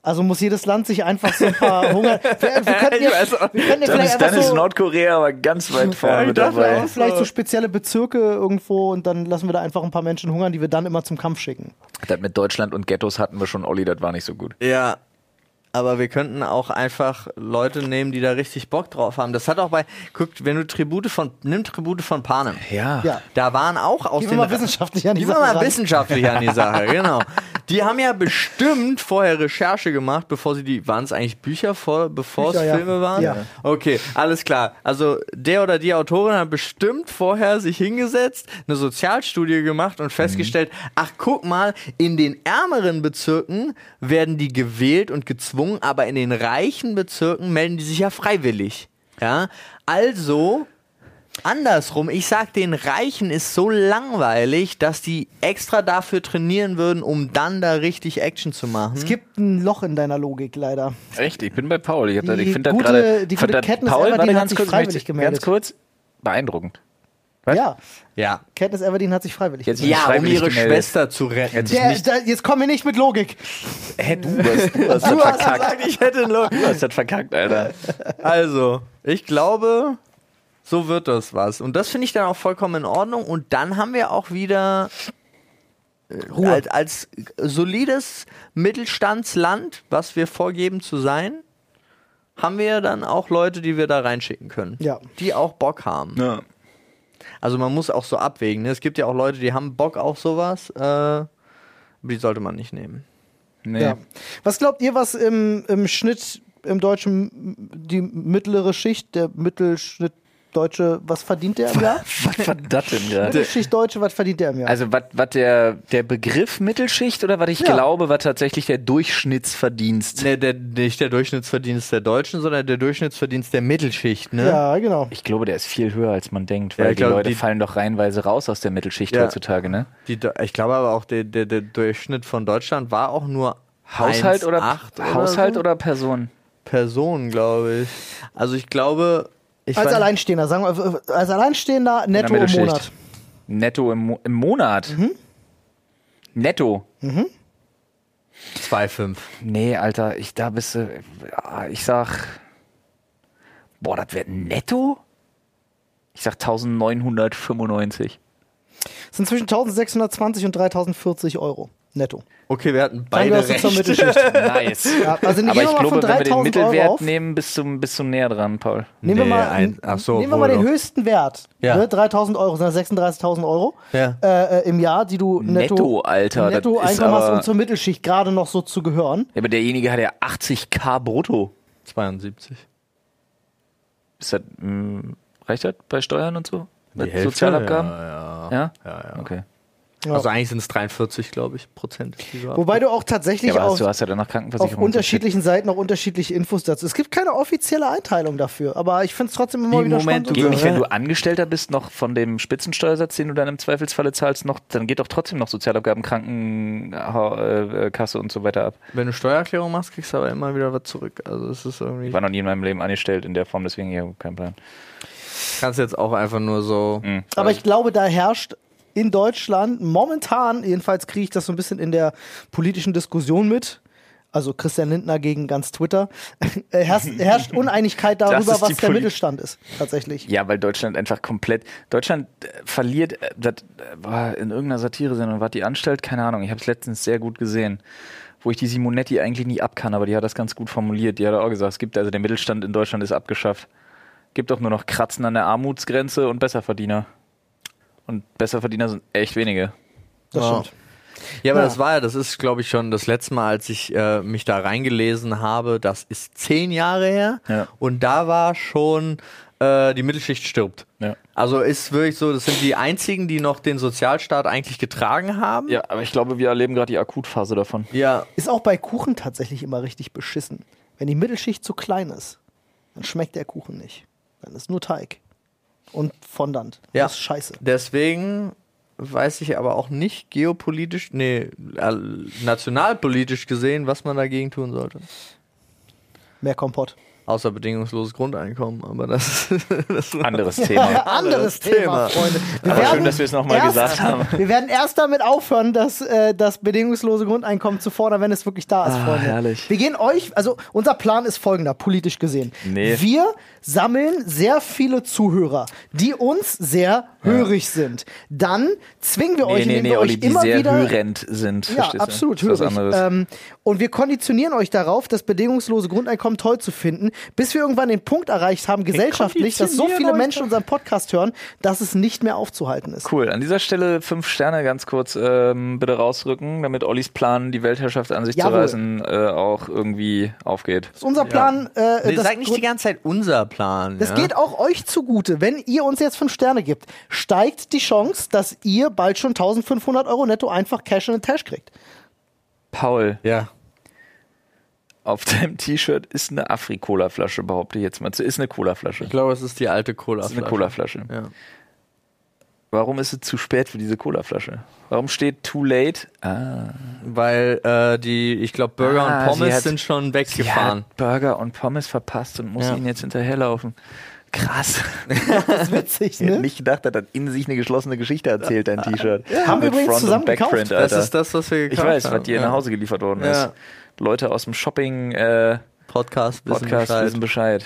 Speaker 2: Also muss jedes Land sich einfach so ein paar Hunger. Wir, wir könnten
Speaker 5: Ich weiß
Speaker 2: jetzt,
Speaker 5: auch
Speaker 2: wir könnten jetzt
Speaker 3: Dann ist,
Speaker 2: vielleicht
Speaker 3: dann
Speaker 2: einfach
Speaker 3: ist
Speaker 2: so,
Speaker 3: Nordkorea aber ganz weit vorne
Speaker 5: ich
Speaker 3: mit
Speaker 5: dachte
Speaker 3: dabei.
Speaker 5: auch.
Speaker 2: vielleicht so spezielle Bezirke irgendwo und dann lassen wir da einfach ein paar Menschen hungern, die wir dann immer zum Kampf schicken.
Speaker 3: Das mit Deutschland und Ghettos hatten wir schon, Olli, das war nicht so gut.
Speaker 5: Ja. Aber wir könnten auch einfach Leute nehmen, die da richtig Bock drauf haben. Das hat auch bei, guckt, wenn du Tribute von, nimm Tribute von Panem.
Speaker 3: Ja.
Speaker 2: Ja.
Speaker 5: Da waren auch aus
Speaker 2: Gehen wir
Speaker 5: den.
Speaker 2: mal wissenschaftlich an die
Speaker 5: Gehen wir
Speaker 2: Sache
Speaker 5: mal
Speaker 2: ran.
Speaker 5: wissenschaftlich an die Sache, genau. Die haben ja bestimmt vorher Recherche gemacht, bevor sie die. Waren es eigentlich Bücher, vor, bevor
Speaker 2: Bücher,
Speaker 5: es
Speaker 2: ja.
Speaker 5: Filme waren?
Speaker 2: Ja.
Speaker 5: Okay, alles klar. Also der oder die Autorin hat bestimmt vorher sich hingesetzt, eine Sozialstudie gemacht
Speaker 2: Mhm.
Speaker 5: und festgestellt, ach guck mal, in den ärmeren Bezirken werden die gewählt und gezwungen, aber in den reichen Bezirken melden die sich ja freiwillig. Ja, also andersrum, ich sag den Reichen ist so langweilig, dass die extra dafür trainieren würden, um dann da richtig Action zu machen.
Speaker 2: Es gibt ein Loch in deiner Logik leider.
Speaker 3: Echt, ich bin bei Paul. Ich, hab
Speaker 2: Die
Speaker 3: das- ich finde das
Speaker 2: gute-
Speaker 3: gerade.
Speaker 2: die
Speaker 3: ich find
Speaker 2: gute
Speaker 3: das-
Speaker 2: Katniss
Speaker 3: Paul,
Speaker 2: Everdeen
Speaker 3: warte,
Speaker 2: hat
Speaker 3: ganz
Speaker 2: sich
Speaker 3: kurz,
Speaker 2: freiwillig
Speaker 3: möchte ich-
Speaker 2: gemeldet.
Speaker 3: Ganz kurz, beeindruckend.
Speaker 2: Ja,
Speaker 5: Ja.
Speaker 2: Katniss Everdeen hat sich freiwillig.
Speaker 3: Jetzt-
Speaker 2: gemeldet.
Speaker 5: Ja, um
Speaker 3: Freiwillig
Speaker 5: ihre
Speaker 3: gemeldet.
Speaker 5: Schwester zu retten.
Speaker 3: Jetzt-
Speaker 2: Der,
Speaker 3: nicht-
Speaker 2: da, jetzt kommen wir nicht mit Logik.
Speaker 3: Hä, du, hast- du hast das
Speaker 5: Du hast
Speaker 3: verkackt.
Speaker 5: gesagt, ich hätte einen Look.
Speaker 3: Du hast das verkackt, Alter.
Speaker 5: Also, ich glaube, so wird das was. Und das finde ich dann auch vollkommen in Ordnung. Und dann haben wir auch wieder äh, Als, als solides Mittelstandsland, was wir vorgeben zu sein, haben wir dann auch Leute, die wir da reinschicken können.
Speaker 2: Ja.
Speaker 5: Die auch Bock haben.
Speaker 3: Ja.
Speaker 5: Also man muss auch so abwägen. Ne? Es gibt ja auch Leute, die haben Bock auf sowas. Äh, aber die sollte man nicht nehmen.
Speaker 3: Nee.
Speaker 2: Ja. Was glaubt ihr, was im, im Schnitt im Deutschen die mittlere Schicht, der Mittelschnitt Deutsche, was verdient der im Jahr?
Speaker 3: Was war das denn gerade?
Speaker 2: Mittelschicht Deutsche, was verdient der im Jahr?
Speaker 3: Also was was der, der Begriff Mittelschicht oder was ich
Speaker 2: Ja.
Speaker 3: glaube, war tatsächlich der Durchschnittsverdienst.
Speaker 5: Ne, der, nicht der Durchschnittsverdienst der Deutschen, sondern der Durchschnittsverdienst der Mittelschicht. Ne?
Speaker 2: ja, genau.
Speaker 3: Ich glaube, der ist viel höher, als man denkt,
Speaker 5: Ja,
Speaker 3: weil
Speaker 5: ich glaube,
Speaker 3: die Leute
Speaker 5: die-
Speaker 3: fallen doch reihenweise raus aus der Mittelschicht
Speaker 5: Ja.
Speaker 3: heutzutage, ne?
Speaker 5: Die, Do- ich glaube aber auch, der, der, der Durchschnitt von Deutschland war auch nur
Speaker 3: Haushalt oder
Speaker 5: 1,8
Speaker 3: Haushalt
Speaker 5: so.
Speaker 3: oder Person?
Speaker 5: Personen, glaube ich. Also ich glaube, ich
Speaker 2: Als
Speaker 5: weiß-
Speaker 2: Alleinstehender, sagen wir, äh, als Alleinstehender netto im
Speaker 3: Mittelschicht.
Speaker 2: Monat. Mhm.
Speaker 3: Netto im, Mo im Monat. Netto.
Speaker 5: 2,5.
Speaker 3: Nee, Alter, ich da bist du. ja, Ich sag. Boah, das wird netto? Ich sag 1995.
Speaker 2: Das sind zwischen 1620 und 3040 Euro netto.
Speaker 5: Okay, wir hatten
Speaker 2: Dann
Speaker 5: beide
Speaker 2: gehörst du zur
Speaker 5: recht.
Speaker 2: Mittelschicht.
Speaker 3: Nice.
Speaker 2: Ja, also nehmen
Speaker 3: Aber
Speaker 2: wir
Speaker 3: ich
Speaker 2: mal
Speaker 3: glaube,
Speaker 2: von
Speaker 3: wenn wir den
Speaker 2: 3000
Speaker 3: Mittelwert
Speaker 2: Euro auf.
Speaker 3: nehmen, bist du, bist du näher dran, Paul.
Speaker 2: Nehmen wir
Speaker 5: Nee,
Speaker 2: mal,
Speaker 5: ein- ach so,
Speaker 2: nehmen wir
Speaker 5: wohl
Speaker 2: mal den
Speaker 5: doch.
Speaker 2: höchsten Wert.
Speaker 5: Ja.
Speaker 2: Ne? 3000 Euro, sind das 36.000 Euro
Speaker 5: Ja.
Speaker 2: äh, äh, im Jahr, die du netto,
Speaker 3: Netto, Alter, das
Speaker 2: netto
Speaker 3: ist
Speaker 2: Einkommen hast,
Speaker 3: aber-
Speaker 2: um zur Mittelschicht gerade noch so zu gehören.
Speaker 3: Ja, aber derjenige hat ja 80k brutto.
Speaker 5: 72.
Speaker 3: Ist das, mh, reicht das bei Steuern und so? Bei
Speaker 5: Die Hälfte?
Speaker 3: Sozialabgaben?
Speaker 5: Ja, ja.
Speaker 3: Ja?
Speaker 5: ja, ja.
Speaker 3: Okay.
Speaker 2: Ja.
Speaker 5: Also eigentlich sind es 43, glaube ich, Prozent. die wir
Speaker 2: Wobei du auch tatsächlich
Speaker 3: Ja, aber
Speaker 2: auf,
Speaker 3: hast, du hast ja danach
Speaker 2: auf
Speaker 3: Krankenversicherung. und so
Speaker 2: unterschiedlichen Seiten auch unterschiedliche Infos dazu. Es gibt keine offizielle Einteilung dafür, aber ich finde es trotzdem immer
Speaker 5: Wie,
Speaker 2: wieder
Speaker 5: Moment,
Speaker 2: spannend.
Speaker 3: Geht
Speaker 5: Ja.
Speaker 2: und-
Speaker 3: nicht, wenn du Angestellter bist, noch von dem Spitzensteuersatz, den du dann im Zweifelsfalle zahlst, noch, dann geht doch trotzdem noch Sozialabgaben, Krankenkasse und so weiter ab.
Speaker 5: Wenn du Steuererklärung machst, kriegst du aber immer wieder was zurück. Also es ist irgendwie.
Speaker 3: Ich war noch nie in meinem Leben angestellt in der Form, deswegen hier kein Plan.
Speaker 5: kannst jetzt auch einfach nur so.
Speaker 3: Äh.
Speaker 2: Aber ich glaube, da herrscht in Deutschland momentan, jedenfalls kriege ich das so ein bisschen in der politischen Diskussion mit, also Christian Lindner gegen ganz Twitter, äh, herrscht, herrscht Uneinigkeit
Speaker 3: Das
Speaker 2: darüber,
Speaker 3: ist die
Speaker 2: was der
Speaker 3: Poli-
Speaker 2: Mittelstand ist, tatsächlich.
Speaker 3: Ja, weil Deutschland einfach komplett. Deutschland äh, verliert, äh, das äh, war in irgendeiner Satire-Sendung, war die Anstalt, keine Ahnung, ich habe es letztens sehr gut gesehen, wo ich die Simonetti eigentlich nie abkann, aber die hat das ganz gut formuliert. Die hat auch gesagt, es gibt also der Mittelstand in Deutschland ist abgeschafft. Gibt doch nur noch Kratzen an der Armutsgrenze und Besserverdiener. Und Besserverdiener sind echt wenige.
Speaker 2: Das
Speaker 5: Ja.
Speaker 2: stimmt.
Speaker 5: Ja, aber
Speaker 2: Ja.
Speaker 5: das war ja, das ist, glaube ich, schon das letzte Mal, als ich äh, mich da reingelesen habe. Das ist zehn Jahre her.
Speaker 3: Ja.
Speaker 5: Und da war schon äh, die Mittelschicht stirbt.
Speaker 3: Ja.
Speaker 5: Also ist wirklich so, das sind die einzigen, die noch den Sozialstaat eigentlich getragen haben.
Speaker 3: Ja, aber ich glaube, wir erleben gerade die Akutphase davon.
Speaker 5: Ja,
Speaker 2: Ist auch bei Kuchen tatsächlich immer richtig beschissen. Wenn die Mittelschicht zu klein ist, dann schmeckt der Kuchen nicht. Dann ist nur Teig. Und Fondant.
Speaker 5: Ja.
Speaker 2: Das ist scheiße.
Speaker 5: Deswegen weiß ich aber auch nicht geopolitisch, nee, äh, nationalpolitisch gesehen, was man dagegen tun sollte.
Speaker 2: Mehr Kompott.
Speaker 5: Außer bedingungsloses Grundeinkommen, aber das, das
Speaker 2: Äh,
Speaker 5: war
Speaker 3: Anderes Thema.
Speaker 2: Anderes
Speaker 5: Anderes
Speaker 2: Thema,
Speaker 5: Thema.
Speaker 2: Freunde. Wir
Speaker 3: Aber schön,
Speaker 2: werden
Speaker 3: dass wir es nochmal
Speaker 2: erst-
Speaker 3: gesagt haben.
Speaker 2: Wir werden erst damit aufhören, dass äh, das bedingungslose Grundeinkommen zu fordern, wenn es wirklich da ist, Freunde.
Speaker 3: Ah, herrlich.
Speaker 2: Wir gehen euch, also unser Plan ist folgender, politisch gesehen.
Speaker 3: Nee.
Speaker 2: Wir sammeln sehr viele Zuhörer, die uns sehr hörig sind. Dann zwingen wir euch, indem wir euch
Speaker 3: die
Speaker 2: immer
Speaker 3: sehr
Speaker 2: wieder
Speaker 3: hörend sind.
Speaker 2: ja,
Speaker 3: verstehst du?
Speaker 2: absolut
Speaker 3: Das ist was
Speaker 2: hörig.
Speaker 3: anderes.
Speaker 2: Ähm, und wir konditionieren euch darauf, das bedingungslose Grundeinkommen toll zu finden, bis wir irgendwann den Punkt erreicht haben, gesellschaftlich, dass so viele Menschen unseren Podcast hören, dass es nicht mehr aufzuhalten ist.
Speaker 3: Cool. An dieser Stelle fünf Sterne ganz kurz ähm, bitte rausrücken, damit Ollis Plan, die Weltherrschaft an sich zu
Speaker 2: Jawohl.
Speaker 3: reißen, äh, auch irgendwie aufgeht.
Speaker 2: Das ist unser Plan. Äh,
Speaker 5: Nee,
Speaker 2: das
Speaker 5: sag nicht die ganze Zeit unser Plan.
Speaker 2: das
Speaker 5: ja?
Speaker 2: geht auch euch zugute. Wenn ihr uns jetzt fünf Sterne gibt, steigt die Chance, dass ihr bald schon 1500 Euro netto einfach Cash in den Tash kriegt.
Speaker 3: Paul,
Speaker 5: Ja.
Speaker 3: auf deinem T-Shirt ist eine Afri-Cola-Flasche, behaupte ich jetzt mal. Ist eine Cola-Flasche.
Speaker 5: Ich glaube, es ist die alte Cola.
Speaker 3: Ist eine Cola-Flasche.
Speaker 5: Ja.
Speaker 3: Warum ist es zu spät für diese Cola-Flasche? Warum steht too late? Ah,
Speaker 5: Weil äh, die, ich glaube, Burger
Speaker 3: Ah,
Speaker 5: und
Speaker 3: sie
Speaker 5: Pommes
Speaker 3: hat-
Speaker 5: sind schon
Speaker 3: die
Speaker 5: weggefahren.
Speaker 3: hat Burger und Pommes verpasst und muss
Speaker 5: Ja.
Speaker 3: ihnen jetzt hinterherlaufen. Krass.
Speaker 2: Das ist witzig,
Speaker 3: Ich hätte
Speaker 2: ne?
Speaker 3: nicht gedacht, dass das in sich eine geschlossene Geschichte erzählt, dein
Speaker 5: Äh,
Speaker 3: T-Shirt.
Speaker 2: Haben wir
Speaker 3: Mit
Speaker 2: übrigens
Speaker 3: Front- und
Speaker 2: zusammen gekauft.
Speaker 3: Backprint,
Speaker 5: Das
Speaker 3: Alter.
Speaker 5: ist das, was wir
Speaker 3: Ich
Speaker 5: gekauft
Speaker 3: weiß,
Speaker 5: haben.
Speaker 3: was dir
Speaker 5: ja.
Speaker 3: nach Hause geliefert worden
Speaker 5: Ja.
Speaker 3: ist. Leute aus dem Shopping äh,
Speaker 5: Podcast, wissen
Speaker 3: Podcast
Speaker 5: Bescheid.
Speaker 3: wissen Bescheid.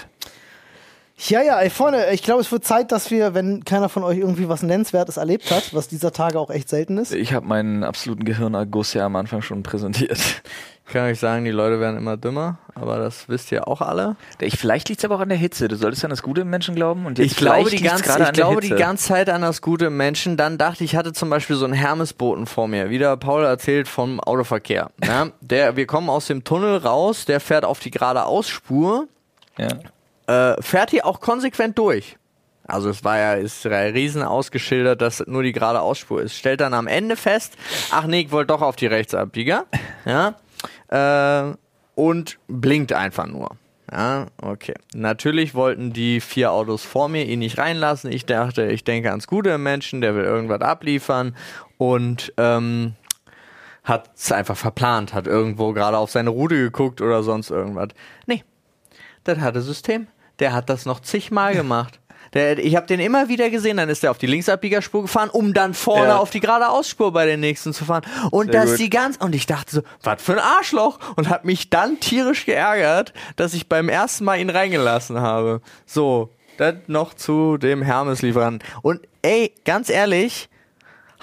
Speaker 2: Ja, ja, ey, Freunde, ich glaube, es wird Zeit, dass wir, wenn keiner von euch irgendwie was Nennenswertes erlebt hat, was dieser Tage auch echt selten ist.
Speaker 3: Ich habe meinen absoluten Gehirnerguss ja am Anfang schon präsentiert.
Speaker 5: Ich kann euch sagen, die Leute werden immer dümmer, aber das wisst ihr auch alle.
Speaker 3: Ich, vielleicht liegt es aber auch an der Hitze. Du solltest an das Gute im Menschen glauben und jetzt
Speaker 5: Ich glaube,
Speaker 3: vielleicht
Speaker 5: die
Speaker 3: liegt's
Speaker 5: ganze,
Speaker 3: gerade
Speaker 5: ich
Speaker 3: an der
Speaker 5: glaube die
Speaker 3: Hitze.
Speaker 5: ganze Zeit an das gute im Menschen. Dann dachte ich, ich hatte zum Beispiel so einen Hermesboten vor mir. Wieder Paul erzählt vom Autoverkehr. Ja, der, wir kommen aus dem Tunnel raus, der fährt auf die geradeausspur,
Speaker 3: ja.
Speaker 5: äh, fährt hier auch konsequent durch. Also es war ja, ist ja riesen ausgeschildert, dass nur die geradeausspur ist. Stellt dann am Ende fest, ach nee, ich wollte doch auf die Rechtsabbieger. Ja, äh, und blinkt einfach nur. Ja, okay. Natürlich wollten die vier Autos vor mir ihn nicht reinlassen. Ich dachte, ich denke ans Gute im Menschen, der will irgendwas abliefern und ähm, hat es einfach verplant, hat irgendwo gerade auf seine Route geguckt oder sonst irgendwas. Nee, das hatte System. Der hat das noch zigmal gemacht. Der, ich habe den immer wieder gesehen, dann ist er auf die Linksabbiegerspur gefahren, um dann vorne
Speaker 3: Ja.
Speaker 5: auf die geradeausspur bei den nächsten zu fahren. Und
Speaker 3: Sehr
Speaker 5: das
Speaker 3: gut.
Speaker 5: die ganz und ich dachte so, was für ein Arschloch und hab mich dann tierisch geärgert, dass ich beim ersten Mal ihn reingelassen habe. So, das noch zu dem Hermes Lieferanten. Und ey, ganz ehrlich,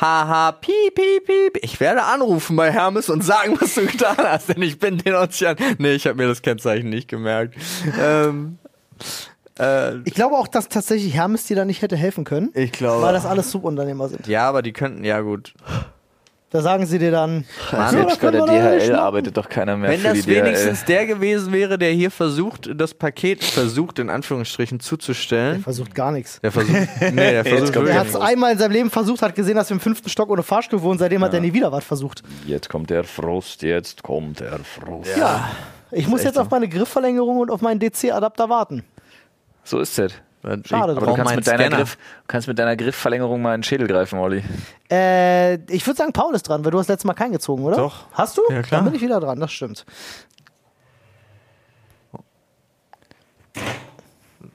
Speaker 5: Haha, piep, piep, piep. Ich werde anrufen bei Hermes und sagen, was du getan hast, denn ich bin den Ozean. Nee, ich habe mir das Kennzeichen nicht gemerkt. Ähm, äh,
Speaker 2: Ich glaube auch, dass tatsächlich Hermes dir da nicht hätte helfen können,
Speaker 5: ich glaube.
Speaker 2: weil das alles Subunternehmer sind.
Speaker 5: ja, aber die könnten, ja gut.
Speaker 2: Da sagen sie dir dann,
Speaker 5: Mann,
Speaker 2: So, da
Speaker 3: Selbst bei der
Speaker 2: können wir doch alle
Speaker 3: DHL
Speaker 2: schnappen.
Speaker 3: arbeitet doch keiner mehr
Speaker 5: Wenn
Speaker 3: für
Speaker 5: das
Speaker 3: die DHL.
Speaker 5: wenigstens der gewesen wäre, der hier versucht, das Paket versucht, in Anführungsstrichen zuzustellen.
Speaker 2: versucht gar nichts.
Speaker 5: Der versucht. Nee, der versucht.
Speaker 3: kommt
Speaker 2: Er
Speaker 5: wirklich
Speaker 2: hat es
Speaker 5: nicht.
Speaker 2: einmal in seinem Leben versucht, hat gesehen, dass wir im fünften Stock ohne Fahrstuhl wohnen, seitdem hat er nie wieder was versucht.
Speaker 3: Jetzt kommt der Frust, jetzt kommt der Frust.
Speaker 2: Ja. Ich muss jetzt auf meine Griffverlängerung und auf meinen DC-Adapter warten.
Speaker 3: So ist es.
Speaker 2: Schade
Speaker 5: Ich
Speaker 2: drum.
Speaker 3: Aber du
Speaker 5: brauch
Speaker 3: kannst
Speaker 5: meinen
Speaker 3: mit, deiner
Speaker 5: Scanner.
Speaker 3: Griff, kannst mit deiner Griffverlängerung mal in den Schädel greifen, Olli.
Speaker 2: Äh, ich würde sagen, Paul ist dran, weil du hast letztes Mal keinen gezogen, oder?
Speaker 5: Doch.
Speaker 2: Hast du?
Speaker 5: Ja, klar.
Speaker 2: Dann bin ich wieder dran, das stimmt.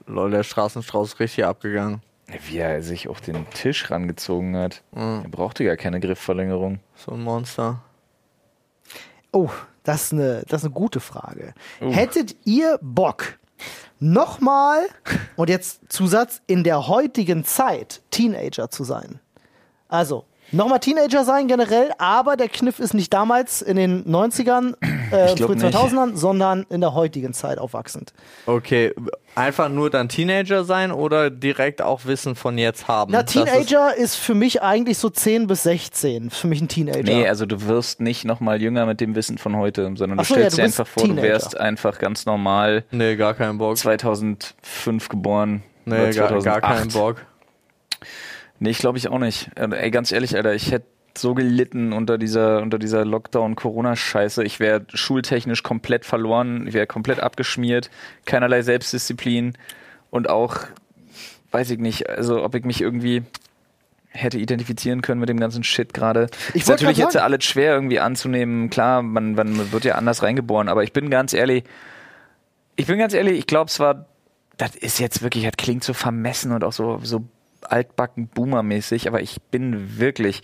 Speaker 5: Lol, der Straßenstrauß ist richtig abgegangen.
Speaker 3: Wie er sich auf den Tisch rangezogen hat. Er brauchte gar keine Griffverlängerung.
Speaker 5: So ein Monster.
Speaker 2: Oh, das ist eine, das ist eine gute Frage. Hättet ihr Bock, nochmal, und jetzt Zusatz, in der heutigen Zeit Teenager zu sein? Also, nochmal Teenager sein generell, aber der Kniff ist nicht damals in den 90ern, äh,
Speaker 3: Ich glaub
Speaker 2: frühen
Speaker 3: nicht. Hm,
Speaker 2: 2000ern, sondern in der heutigen Zeit aufwachsend.
Speaker 5: Okay, einfach nur dann Teenager sein oder direkt auch Wissen von jetzt haben?
Speaker 2: Na,
Speaker 5: Das
Speaker 2: Teenager ist, für mich eigentlich so 10 bis 16. Ist Für mich ein Teenager.
Speaker 3: Nee, also du wirst nicht nochmal jünger mit dem Wissen von heute, sondern du
Speaker 2: Ach so,
Speaker 3: stellst dir
Speaker 2: ja, du bist
Speaker 3: einfach vor, du
Speaker 2: Teenager.
Speaker 3: wärst einfach ganz normal
Speaker 5: Ist, nee, gar keinen Bock.
Speaker 3: 2005 geboren.
Speaker 5: Nee,
Speaker 3: oder
Speaker 5: gar,
Speaker 3: 2008.
Speaker 5: gar keinen Bock.
Speaker 3: Nee, ich glaube ich auch nicht. Äh, Ey, ganz ehrlich, Alter, ich hätte so gelitten unter dieser, unter dieser Lockdown-Corona-Scheiße. Ich wäre schultechnisch komplett verloren, ich wäre komplett abgeschmiert, keinerlei Selbstdisziplin und auch, weiß ich nicht, also ob ich mich irgendwie hätte identifizieren können mit dem ganzen Shit gerade.
Speaker 2: Ich
Speaker 3: Ist
Speaker 2: wollt
Speaker 3: natürlich
Speaker 2: grad
Speaker 3: jetzt
Speaker 2: sagen.
Speaker 3: alles schwer irgendwie anzunehmen. Klar, man, man wird ja anders reingeboren, aber ich bin ganz ehrlich, ich bin ganz ehrlich, ich glaube, es war, das ist jetzt wirklich, das klingt so vermessen und auch so, so altbacken Boomer-mäßig, aber ich bin wirklich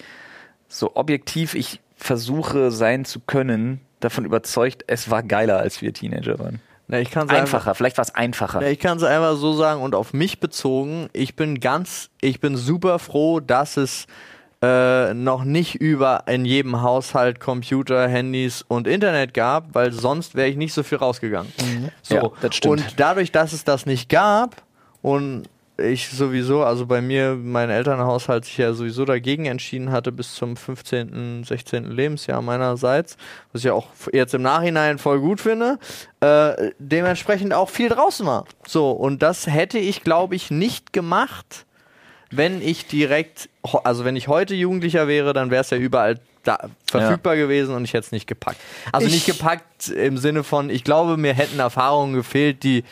Speaker 3: so objektiv, ich versuche sein zu können, davon überzeugt, es war geiler, als wir Teenager waren.
Speaker 5: Nee, ich kann's einfach.
Speaker 3: Einfacher, vielleicht war es einfacher.
Speaker 5: Ich kann es einfach so sagen und auf mich bezogen, ich bin ganz, ich bin super froh, dass es äh, noch nicht über in jedem Haushalt Computer, Handys und Internet gab, weil sonst wäre ich nicht so viel rausgegangen. So.
Speaker 3: Ja, das stimmt.
Speaker 5: Und dadurch, dass es das nicht gab und ich sowieso, also bei mir, mein Elternhaushalt sich ja sowieso dagegen entschieden hatte bis zum 15., 16. Lebensjahr meinerseits, was ich ja auch jetzt im Nachhinein voll gut finde, äh, dementsprechend auch viel draußen war. So, und das hätte ich, glaube ich, nicht gemacht, wenn ich direkt, ho- also wenn ich heute Jugendlicher wäre, dann wäre es ja überall da verfügbar gewesen und ich hätte es nicht gepackt. Also
Speaker 2: Ich-
Speaker 5: nicht gepackt im Sinne von, ich glaube, mir hätten Erfahrungen gefehlt, die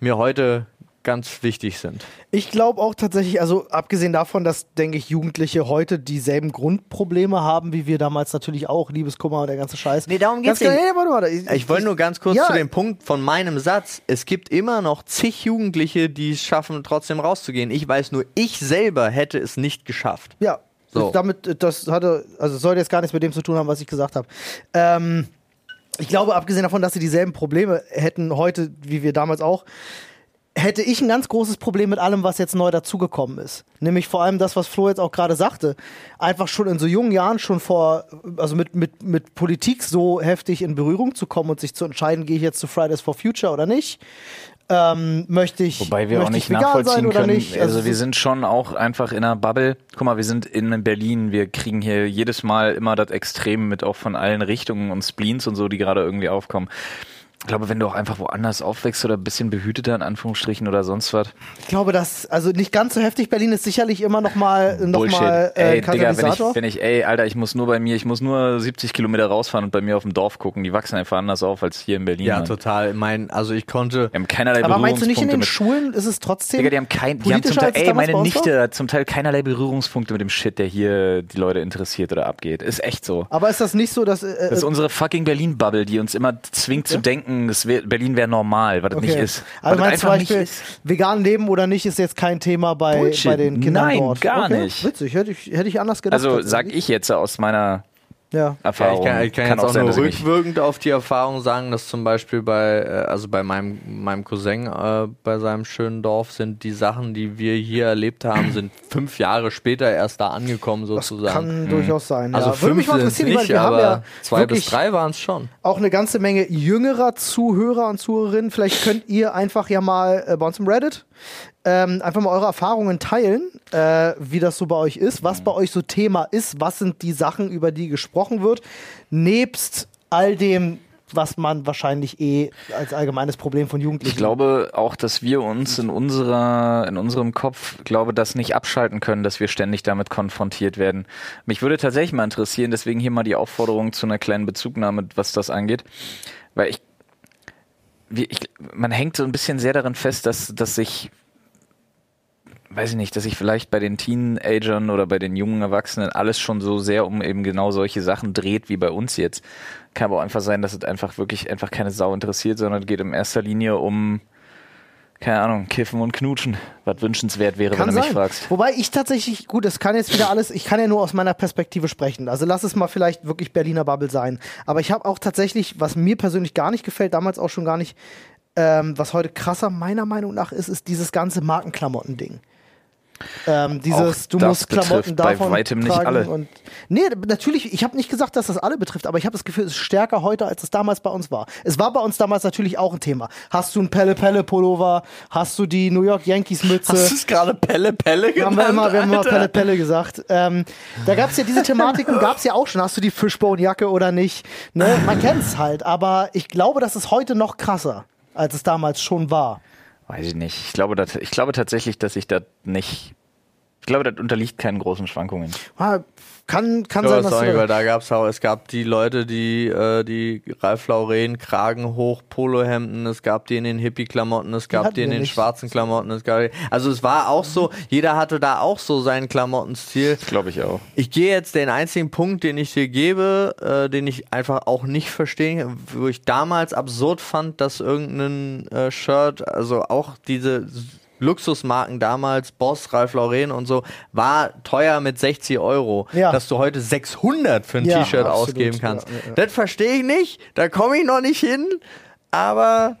Speaker 5: mir heute ganz wichtig sind.
Speaker 2: Ich glaube auch tatsächlich, also abgesehen davon, dass, denke ich, Jugendliche heute dieselben Grundprobleme haben, wie wir damals natürlich auch, Liebeskummer und der ganze Scheiß.
Speaker 5: Nee, darum
Speaker 2: Ganz
Speaker 5: geht's
Speaker 2: klar-
Speaker 5: nicht.
Speaker 2: Nee, warte, warte, ich,
Speaker 5: Ich wollte nur ganz kurz
Speaker 2: Ja.
Speaker 5: zu dem Punkt von meinem Satz. Es gibt immer noch zig Jugendliche, die es schaffen, trotzdem rauszugehen. Ich weiß nur, ich selber hätte es nicht geschafft.
Speaker 2: Ja,
Speaker 5: So.
Speaker 2: so. damit, äh, das hatte, also sollte jetzt gar nichts mit dem zu tun haben, was ich gesagt habe. Ähm, ich glaube, abgesehen davon, dass sie dieselben Probleme hätten heute, wie wir damals auch, hätte ich ein ganz großes Problem mit allem, was jetzt neu dazugekommen ist. Nämlich vor allem das, was Flo jetzt auch gerade sagte. Einfach schon in so jungen Jahren schon vor, also mit, mit, mit Politik so heftig in Berührung zu kommen und sich zu entscheiden, gehe ich jetzt zu Fridays for Future oder nicht. Ähm, möchte ich,
Speaker 3: Wobei wir
Speaker 2: möchte
Speaker 3: auch
Speaker 2: ich
Speaker 3: nicht
Speaker 2: vegan sein
Speaker 3: nachvollziehen
Speaker 2: oder
Speaker 3: können.
Speaker 2: nicht.
Speaker 3: Also,
Speaker 2: es
Speaker 3: wir
Speaker 2: ist-
Speaker 3: sind schon auch einfach in einer Bubble. Guck mal, wir sind in Berlin. Wir kriegen hier jedes Mal immer das Extrem mit, auch von allen Richtungen und Spleens und so, die gerade irgendwie aufkommen. Ich glaube, wenn du auch einfach woanders aufwächst oder ein bisschen behüteter in Anführungsstrichen oder sonst was.
Speaker 2: ich glaube, dass, also nicht ganz so heftig, Berlin ist sicherlich immer noch mal, noch
Speaker 3: Bullshit.
Speaker 2: mal äh,
Speaker 3: ey, Digga, wenn ich,
Speaker 2: Katalysator.
Speaker 3: wenn ich, ey, Alter, ich muss nur bei mir, ich muss nur 70 Kilometer rausfahren und bei mir auf dem Dorf gucken. Die wachsen einfach anders auf als hier in Berlin.
Speaker 5: Ja,
Speaker 3: Mann.
Speaker 5: total. Mein, also ich konnte.
Speaker 3: Wir haben keinerlei
Speaker 2: Aber meinst du nicht in
Speaker 3: Berührungspunkte
Speaker 2: den
Speaker 3: mit
Speaker 2: Schulen ist es trotzdem
Speaker 3: Digga, die haben kein, die haben zum
Speaker 2: politischer,
Speaker 3: Teil,
Speaker 2: als es
Speaker 3: ey,
Speaker 2: damals
Speaker 3: meine
Speaker 2: bei uns war?
Speaker 3: Nichte hat zum Teil keinerlei Berührungspunkte mit dem Shit, der hier die Leute interessiert oder abgeht. Ist echt so.
Speaker 2: Aber ist das nicht so, dass äh,
Speaker 3: Das ist unsere fucking Berlin-Bubble, die uns immer zwingt zu denken, es wär, Berlin wäre normal, was es
Speaker 2: Okay.
Speaker 3: nicht ist.
Speaker 2: Also
Speaker 3: was es
Speaker 2: meinst du zum
Speaker 3: einfach nicht
Speaker 2: Beispiel,
Speaker 3: ist.
Speaker 2: vegan leben oder nicht ist jetzt kein Thema bei,
Speaker 3: Bullshit.
Speaker 2: bei den Kindern
Speaker 3: Nein,
Speaker 2: dort.
Speaker 3: gar
Speaker 2: okay.
Speaker 3: nicht.
Speaker 2: Witzig, hätte ich, hätte ich anders gedacht.
Speaker 3: Also sag Also ich jetzt aus meiner
Speaker 2: Ja.
Speaker 5: Ja, ich
Speaker 3: Erfahrung.
Speaker 5: kann, ich kann, jetzt auch,
Speaker 3: sein,
Speaker 5: nur
Speaker 3: dass ich mich-
Speaker 5: rückwirkend auf die Erfahrung sagen, dass zum Beispiel bei, äh, also bei meinem, meinem Cousin äh, bei seinem schönen Dorf sind die Sachen, die wir hier erlebt haben, sind fünf Jahre später erst da angekommen sozusagen.
Speaker 2: Kann durchaus sein.
Speaker 5: also
Speaker 2: ja. Würde
Speaker 5: fünf
Speaker 2: mich mal
Speaker 5: sind's
Speaker 2: interessieren, ich meine,
Speaker 5: nicht,
Speaker 2: wir haben
Speaker 5: aber
Speaker 2: ja
Speaker 5: zwei bis
Speaker 2: wirklich
Speaker 5: drei waren es schon.
Speaker 2: auch eine ganze Menge jüngerer Zuhörer und Zuhörerinnen. Vielleicht könnt ihr einfach ja mal äh, bei uns im Reddit ähm, einfach mal eure Erfahrungen teilen, äh, wie das so bei euch ist, was bei euch so Thema ist, was sind die Sachen, über die gesprochen wird, nebst all dem, was man wahrscheinlich eh als allgemeines Problem von Jugendlichen
Speaker 3: Ich glaube auch, dass wir uns in unserer, in unserem Kopf, glaube, das nicht abschalten können, dass wir ständig damit konfrontiert werden. Mich würde tatsächlich mal interessieren, deswegen hier mal die Aufforderung zu einer kleinen Bezugnahme, was das angeht. Weil ich, wie, ich man hängt so ein bisschen sehr darin fest, dass, dass sich weiß ich nicht, dass sich vielleicht bei den Teenagern oder bei den jungen Erwachsenen alles schon so sehr um eben genau solche Sachen dreht wie bei uns jetzt. Kann aber auch einfach sein, dass es einfach wirklich einfach keine Sau interessiert, sondern es geht in erster Linie um, keine Ahnung, Kiffen und Knutschen, was wünschenswert wäre, wenn du mich fragst.
Speaker 2: Wobei ich tatsächlich, gut, das kann jetzt wieder alles, ich kann ja nur aus meiner Perspektive sprechen. Also lass es mal vielleicht wirklich Berliner Bubble sein. Aber ich habe auch tatsächlich, was mir persönlich gar nicht gefällt, damals auch schon gar nicht, ähm, was heute krasser meiner Meinung nach ist, ist dieses ganze Markenklamotten-Ding. Ähm, dieses,
Speaker 3: Auch
Speaker 2: du
Speaker 3: das
Speaker 2: musst Klamotten
Speaker 3: betrifft bei
Speaker 2: davon
Speaker 3: weitem nicht
Speaker 2: tragen
Speaker 3: alle.
Speaker 2: Und, nee, natürlich, ich habe nicht gesagt, dass das alle betrifft, aber ich habe das Gefühl, es ist stärker heute, als es damals bei uns war. Es war bei uns damals natürlich auch ein Thema. Hast du einen Pelle-Pelle-Pullover? Hast du die New York Yankees-Mütze?
Speaker 5: es gerade Pelle Pelle
Speaker 2: haben wir immer, wir haben immer Pelle Pelle gesagt. Ähm, da gab es ja diese Thematiken, gab es ja auch schon. Hast du die Fishbone-Jacke oder nicht? Ne? Man kennt's halt, aber ich glaube, das ist heute noch krasser, als es damals schon war.
Speaker 3: Weiß ich nicht. Ich glaube, dat, ich glaube tatsächlich, dass ich das nicht, ich glaube, das unterliegt keinen großen Schwankungen.
Speaker 2: Ah, Kann, kann
Speaker 5: Ja,
Speaker 2: sein,
Speaker 5: sorry, weil
Speaker 2: dass
Speaker 5: da gab's auch, es gab die Leute, die, äh, die Ralf Lauren, Kragen hoch, Polohemden, es gab die in den Hippie-Klamotten, es gab
Speaker 2: hatten
Speaker 5: die in
Speaker 2: wir
Speaker 5: den
Speaker 2: nicht.
Speaker 5: schwarzen Klamotten, es gab, also es war auch so, jeder hatte da auch so seinen Klamottenstil.
Speaker 3: Glaube ich auch.
Speaker 5: Ich gehe jetzt den einzigen Punkt, den ich dir gebe, äh, den ich einfach auch nicht verstehe, wo ich damals absurd fand, dass irgendein äh, Shirt, also auch diese Luxusmarken damals, Boss, Ralph Lauren und so, war teuer mit 60 Euro.
Speaker 2: Ja.
Speaker 5: Dass du heute 600 für ein
Speaker 2: Ja,
Speaker 5: T-Shirt
Speaker 2: absolut,
Speaker 5: ausgeben kannst.
Speaker 2: ja, ja, ja.
Speaker 5: Das verstehe ich nicht, da komme ich noch nicht hin, aber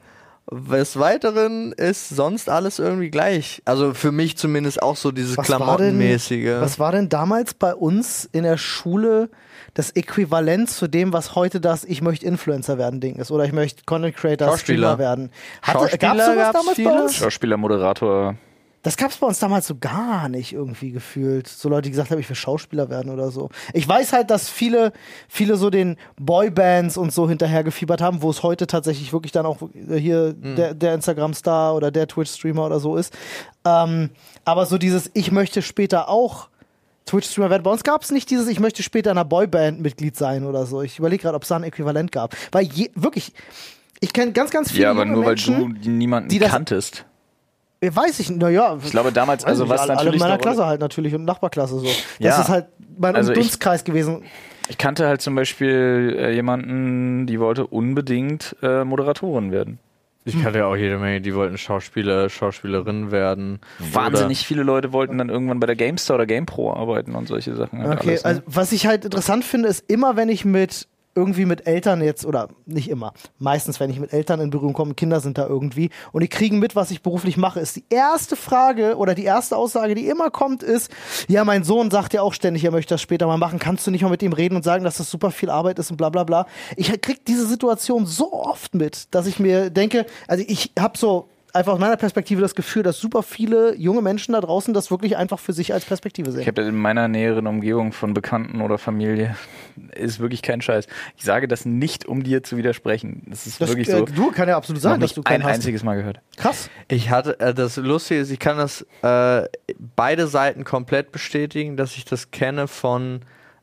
Speaker 5: des Weiteren ist sonst alles irgendwie gleich. Also für mich zumindest auch so dieses
Speaker 2: Was war, denn,
Speaker 5: Klamottenmäßige.
Speaker 2: was war denn damals bei uns in der Schule das Äquivalent zu dem, was heute das Ich möchte Influencer werden Ding ist oder ich möchte Content Creator,
Speaker 5: Schauspieler.
Speaker 2: Streamer werden? Hatte,
Speaker 5: Schauspieler
Speaker 2: gab's sowas
Speaker 5: gab's
Speaker 2: damals
Speaker 5: viele?
Speaker 2: bei uns?
Speaker 3: Schauspieler, Moderator,
Speaker 2: Das gab's bei uns damals so gar nicht irgendwie gefühlt. So Leute, die gesagt haben, ich will Schauspieler werden oder so. Ich weiß halt, dass viele, viele so den Boybands und so hinterhergefiebert haben, wo es heute tatsächlich wirklich dann auch äh, hier
Speaker 3: Hm.
Speaker 2: der, der Instagram-Star oder der Twitch-Streamer oder so ist. Ähm, aber so dieses, ich möchte später auch Twitch-Streamer werden. Bei uns gab's nicht dieses, ich möchte später in einer Boyband Mitglied sein oder so. Ich überlege gerade, ob es da ein Äquivalent gab. Weil je, wirklich, ich kenne ganz, ganz viele
Speaker 3: Ja, aber
Speaker 2: junge
Speaker 3: nur weil
Speaker 2: Menschen,
Speaker 3: du niemanden
Speaker 2: die das-
Speaker 3: kanntest.
Speaker 2: Weiß ich, naja.
Speaker 3: Ich glaube damals, also was
Speaker 2: alle,
Speaker 3: natürlich
Speaker 2: alle in meiner
Speaker 3: eine Rolle-
Speaker 2: Klasse halt natürlich und Nachbarklasse so. Das
Speaker 3: Ja.
Speaker 2: ist halt mein
Speaker 3: Also ich-
Speaker 2: Dunstkreis gewesen.
Speaker 3: Ich kannte halt zum Beispiel äh, jemanden, die wollte unbedingt äh, Moderatorin werden.
Speaker 5: Ich
Speaker 2: Hm.
Speaker 5: kannte ja auch jede Menge, die wollten Schauspieler, Schauspielerinnen werden.
Speaker 3: Wahnsinnig viele Leute wollten dann irgendwann bei der GameStar oder GamePro arbeiten und solche Sachen. Halt
Speaker 2: Okay,
Speaker 3: alles, ne?
Speaker 2: also was ich halt interessant finde, ist immer, wenn ich mit irgendwie mit Eltern jetzt, oder nicht immer, meistens, wenn ich mit Eltern in Berührung komme, Kinder sind da irgendwie und die kriegen mit, was ich beruflich mache, ist die erste Frage oder die erste Aussage, die immer kommt, ist, ja, mein Sohn sagt ja auch ständig, er möchte das später mal machen, kannst du nicht mal mit ihm reden und sagen, dass das super viel Arbeit ist und bla bla bla. Ich krieg diese Situation so oft mit, dass ich mir denke, also ich habe so einfach aus meiner Perspektive das Gefühl, dass super viele junge Menschen da draußen das wirklich einfach für sich als Perspektive
Speaker 3: Ich
Speaker 2: sehen.
Speaker 3: habe das in meiner näheren Umgebung von Bekannten oder Familie. Ist wirklich kein Scheiß. Ich sage das nicht, um dir zu widersprechen. Das ist
Speaker 2: Das,
Speaker 3: wirklich so.
Speaker 2: äh, du kann ja absolut
Speaker 3: Noch
Speaker 2: sein, dass
Speaker 3: nicht
Speaker 2: du
Speaker 3: ein
Speaker 2: keinen hast.
Speaker 3: einziges Mal gehört.
Speaker 2: Krass.
Speaker 5: Ich hatte, äh, das Lustige ist, ich kann das äh, beide Seiten komplett bestätigen, dass ich das kenne von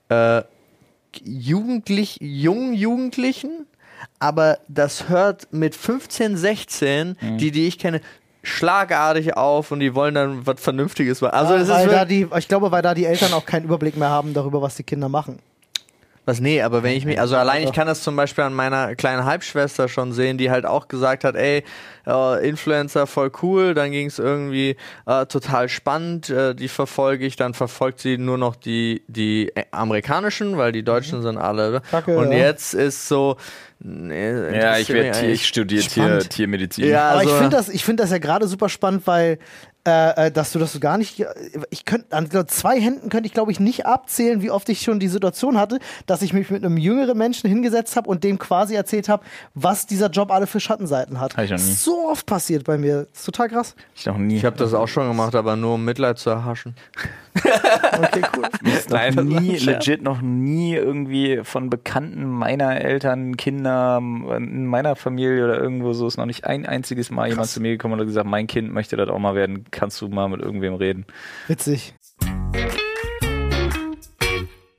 Speaker 5: äh, Jugendlich, jungen Jugendlichen, aber das hört mit 15, 16,
Speaker 2: Hm.
Speaker 5: die, die ich kenne, schlagartig auf und die wollen dann was Vernünftiges machen. Also, es ist
Speaker 2: weil da
Speaker 5: wirklich,
Speaker 2: die, ich glaube, weil da die Eltern auch keinen Überblick mehr haben darüber, was die Kinder machen.
Speaker 5: Was, nee, aber wenn ich mich, also allein ich kann das zum Beispiel an meiner kleinen Halbschwester schon sehen, die halt auch gesagt hat, ey, äh, Influencer voll cool, dann ging es irgendwie äh, total spannend, äh, die verfolge ich, dann verfolgt sie nur noch die, die äh, amerikanischen, weil die Deutschen sind alle.
Speaker 2: Mhm. Kacke,
Speaker 5: und
Speaker 2: ja.
Speaker 5: jetzt ist so, nee,
Speaker 3: Ja, ich,
Speaker 5: interessiert mich
Speaker 3: werd-
Speaker 5: eigentlich-
Speaker 3: ich studiere Tier,
Speaker 2: Spannend.
Speaker 3: Tiermedizin.
Speaker 5: Ja,
Speaker 2: Aber ich
Speaker 5: also-
Speaker 2: finde das, ich finde das ja gerade super spannend, weil äh, äh, dass du das so gar nicht. Ich könnte an zwei Händen könnte ich glaube ich nicht abzählen, wie oft ich schon die Situation hatte, dass ich mich mit einem jüngeren Menschen hingesetzt habe und dem quasi erzählt habe, was dieser Job alle für Schattenseiten hat.
Speaker 3: Hab ich noch nie.
Speaker 2: So oft passiert bei mir. Ist total krass.
Speaker 3: Ich noch nie.
Speaker 5: Ich habe das auch schon gemacht, aber nur um Mitleid zu erhaschen.
Speaker 2: Okay, cool.
Speaker 3: noch
Speaker 5: das war ein
Speaker 3: nie,
Speaker 5: Scherz.
Speaker 3: legit noch nie irgendwie von Bekannten meiner Eltern, Kinder, in meiner Familie oder irgendwo so ist noch nicht ein einziges Mal jemand zu mir gekommen und hat gesagt, mein Kind möchte das auch mal werden, kannst du mal mit irgendwem reden.
Speaker 2: Witzig.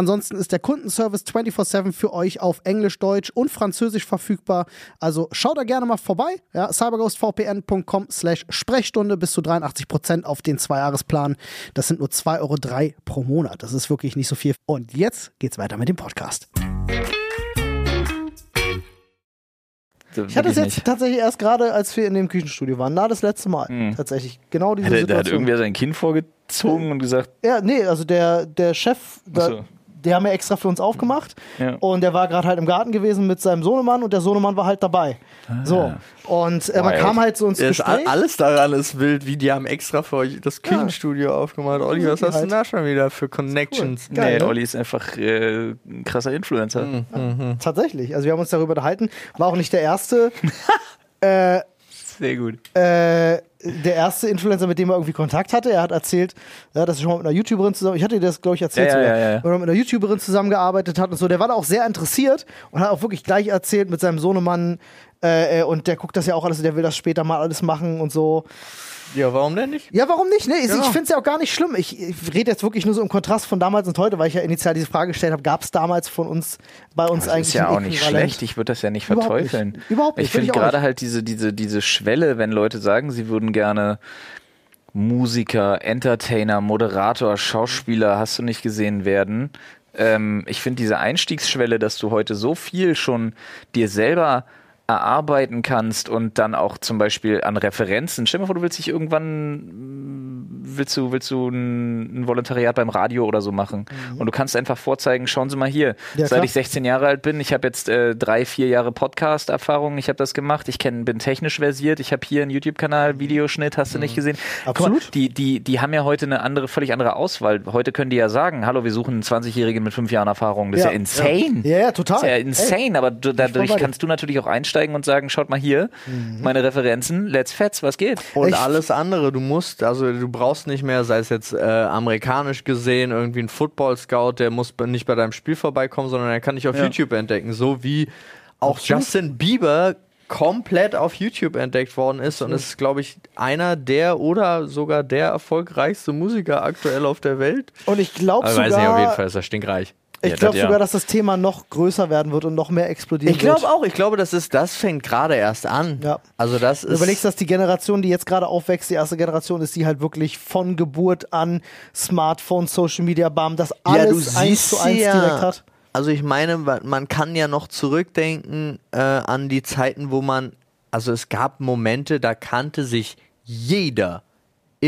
Speaker 6: Ansonsten ist der Kundenservice 24-7 für euch auf Englisch, Deutsch und Französisch verfügbar. Also schaut da gerne mal vorbei. Ja, cyberghostvpn.com slash Sprechstunde bis zu 83% auf den Zweijahresplan. Das sind nur 2,03 Euro pro Monat. Das ist wirklich nicht so viel. Und jetzt geht's weiter mit dem Podcast.
Speaker 2: Ich hatte es jetzt tatsächlich erst gerade, als wir in dem Küchenstudio waren. Na, das letzte Mal.
Speaker 3: Mhm.
Speaker 2: Tatsächlich. Genau diese
Speaker 3: Hat, er- da hat
Speaker 2: Situation.
Speaker 3: irgendwer sein Kind vorgezogen und gesagt,
Speaker 2: Ja, nee, also der, der Chef, da,
Speaker 3: Ach so.
Speaker 2: der haben ja extra für uns aufgemacht.
Speaker 3: Ja.
Speaker 2: Und der war gerade halt im Garten gewesen mit seinem Sohnemann und der Sohnemann war halt dabei. So. Und äh, man
Speaker 3: Wild.
Speaker 2: kam halt so ins
Speaker 5: Ist, a-
Speaker 2: Gespräch.
Speaker 5: alles daran ist wild, wie die haben extra für euch das Küchenstudio aufgemacht. Olli, was
Speaker 2: sind die
Speaker 5: hast du
Speaker 2: halt.
Speaker 5: denn da schon wieder für Connections?
Speaker 2: Geil,
Speaker 3: nee,
Speaker 2: ne? Mhm.
Speaker 3: Olli ist einfach äh, ein krasser Influencer.
Speaker 2: Tatsächlich. Also wir haben uns darüber unterhalten. War auch nicht der erste,
Speaker 3: Sehr gut.
Speaker 2: äh, der erste Influencer, mit dem er irgendwie Kontakt hatte. Er hat erzählt, ja, dass er schon mal mit einer YouTuberin zusammen, ich hatte dir das, glaube ich, erzählt,
Speaker 3: Ja, ja,
Speaker 2: sogar,
Speaker 3: ja, ja.
Speaker 2: Wenn er mit einer YouTuberin zusammengearbeitet hat und so. Der war da auch sehr interessiert und hat auch wirklich gleich erzählt mit seinem Sohnemann. Äh, äh, und der guckt das ja auch alles, und der will das später mal alles machen und so.
Speaker 5: Ja, warum denn nicht?
Speaker 2: Ja, warum nicht? Ne? Ich,
Speaker 5: Genau.
Speaker 2: ich finde es ja auch gar nicht schlimm. Ich, ich rede jetzt wirklich nur so im Kontrast von damals und heute, weil ich ja initial diese Frage gestellt habe, gab es damals von uns bei uns
Speaker 3: Das
Speaker 2: eigentlich
Speaker 3: ist ja
Speaker 2: ein
Speaker 3: auch nicht
Speaker 2: Äquivalent?
Speaker 3: schlecht. Ich würde das ja nicht
Speaker 2: Überhaupt nicht.
Speaker 3: verteufeln.
Speaker 2: Überhaupt nicht,
Speaker 3: Ich
Speaker 2: find
Speaker 3: finde
Speaker 2: ich auch
Speaker 3: gerade halt diese, diese, diese Schwelle, wenn Leute sagen, sie würden gerne Musiker, Entertainer, Moderator, Schauspieler, hast du nicht gesehen werden. Ähm, ich finde diese Einstiegsschwelle, dass du heute so viel schon dir selber erarbeiten kannst und dann auch zum Beispiel an Referenzen. Stell dir mal vor, du willst dich irgendwann mm, willst du, willst du ein, ein Volontariat beim Radio oder so machen.
Speaker 2: Mhm.
Speaker 3: Und du kannst einfach vorzeigen, schauen Sie mal hier,
Speaker 6: Ja,
Speaker 3: seit
Speaker 6: klar.
Speaker 3: ich 16 Jahre alt bin, ich habe jetzt äh, drei, vier Jahre Podcast-Erfahrung, ich habe das gemacht, ich kenn, bin technisch versiert, ich habe hier einen YouTube-Kanal, Videoschnitt, hast du nicht gesehen. Guck mal,
Speaker 6: Absolut.
Speaker 3: die, die, die haben ja heute eine andere, völlig andere Auswahl. Heute können die ja sagen, hallo, wir suchen einen 20-Jährigen mit fünf Jahren Erfahrung. Das ist ja,
Speaker 6: Ja,
Speaker 3: insane.
Speaker 6: Ja, ja, total.
Speaker 3: Das ist ja
Speaker 6: Ey.
Speaker 3: insane, aber du, dadurch
Speaker 6: bei dir.
Speaker 3: kannst du natürlich auch einsteigen und sagen, schaut mal hier, meine Referenzen, let's fetz, was geht?
Speaker 5: Und
Speaker 6: Echt?
Speaker 5: alles andere, du musst, also du brauchst nicht mehr, sei es jetzt äh, amerikanisch gesehen, irgendwie ein Football-Scout, der muss be- nicht bei deinem Spiel vorbeikommen, sondern er kann dich auf YouTube entdecken. So wie auch Justin Bieber komplett auf YouTube entdeckt worden ist und ist, glaube ich, einer der oder sogar der erfolgreichste Musiker aktuell auf der Welt.
Speaker 2: Und ich glaube sogar,
Speaker 5: ist er stinkreich.
Speaker 2: ich glaube sogar, dass das Thema noch größer werden wird und noch mehr explodieren
Speaker 5: Ich glaube
Speaker 2: wird.
Speaker 5: auch, ich glaube, das ist, das fängt gerade erst an.
Speaker 2: Ja.
Speaker 5: Also das ist.
Speaker 2: Du überlegst, dass die Generation, die jetzt gerade aufwächst, die erste Generation ist, die halt wirklich von Geburt an Smartphone, Social Media, Bam, das alles eins zu
Speaker 5: sie
Speaker 2: eins
Speaker 5: ja.
Speaker 2: direkt hat.
Speaker 5: Also ich meine, wa- man kann ja noch zurückdenken äh, an die Zeiten, wo man, also es gab Momente, da kannte sich jeder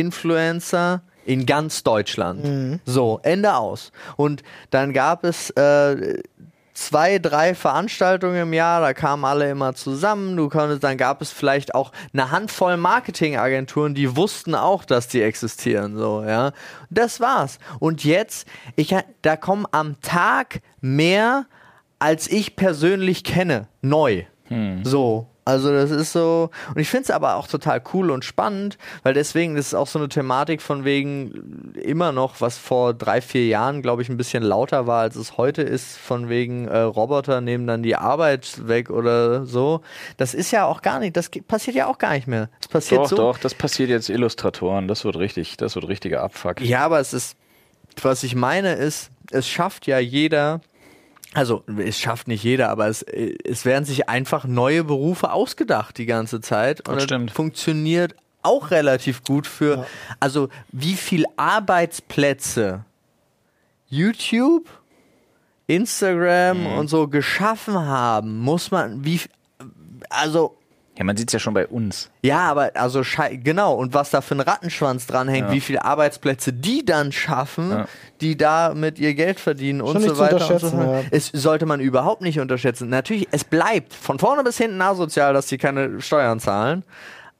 Speaker 5: Influencer in ganz Deutschland.
Speaker 2: Mhm.
Speaker 5: So, Ende aus. Und dann gab es äh, zwei, drei Veranstaltungen im Jahr, da kamen alle immer zusammen. Du konntest, dann gab es vielleicht auch eine Handvoll Marketingagenturen, die wussten auch, dass die existieren, so, ja. Das war's. Und jetzt, ich, ha- da kommen am Tag mehr, als ich persönlich kenne, neu.
Speaker 3: Hm.
Speaker 5: So. Also das ist so, und ich finde es aber auch total cool und spannend, weil deswegen das ist auch so eine Thematik von wegen immer noch, was vor drei, vier Jahren, glaube ich, ein bisschen lauter war, als es heute ist, von wegen äh, Roboter nehmen dann die Arbeit weg oder so. Das ist ja auch gar nicht, das ge- passiert ja auch gar nicht mehr. Es passiert
Speaker 3: Doch,
Speaker 5: so.
Speaker 3: doch, das passiert jetzt Illustratoren, das wird richtig, das wird richtiger Abfuck.
Speaker 5: Ja, aber es ist, was ich meine ist, es schafft ja jeder, also es schafft nicht jeder, aber es, es werden sich einfach neue Berufe ausgedacht die ganze Zeit. Und
Speaker 3: Das
Speaker 5: es
Speaker 3: stimmt.
Speaker 5: funktioniert auch relativ gut für, also wie viel Arbeitsplätze YouTube, Instagram
Speaker 3: Mhm.
Speaker 5: und so geschaffen haben, muss man, wie, also
Speaker 3: Ja, man sieht es ja schon bei uns.
Speaker 5: ja, aber also schei- genau, und was da für ein Rattenschwanz dranhängt,
Speaker 3: Ja.
Speaker 5: wie viele Arbeitsplätze die dann schaffen,
Speaker 3: Ja.
Speaker 5: die damit ihr Geld verdienen und
Speaker 2: nicht
Speaker 5: so
Speaker 2: zu
Speaker 5: weiter. Und so
Speaker 2: unterschätzen,
Speaker 5: fort.
Speaker 2: ja.
Speaker 5: Es sollte man überhaupt nicht unterschätzen. Natürlich, es bleibt von vorne bis hinten asozial, dass die keine Steuern zahlen.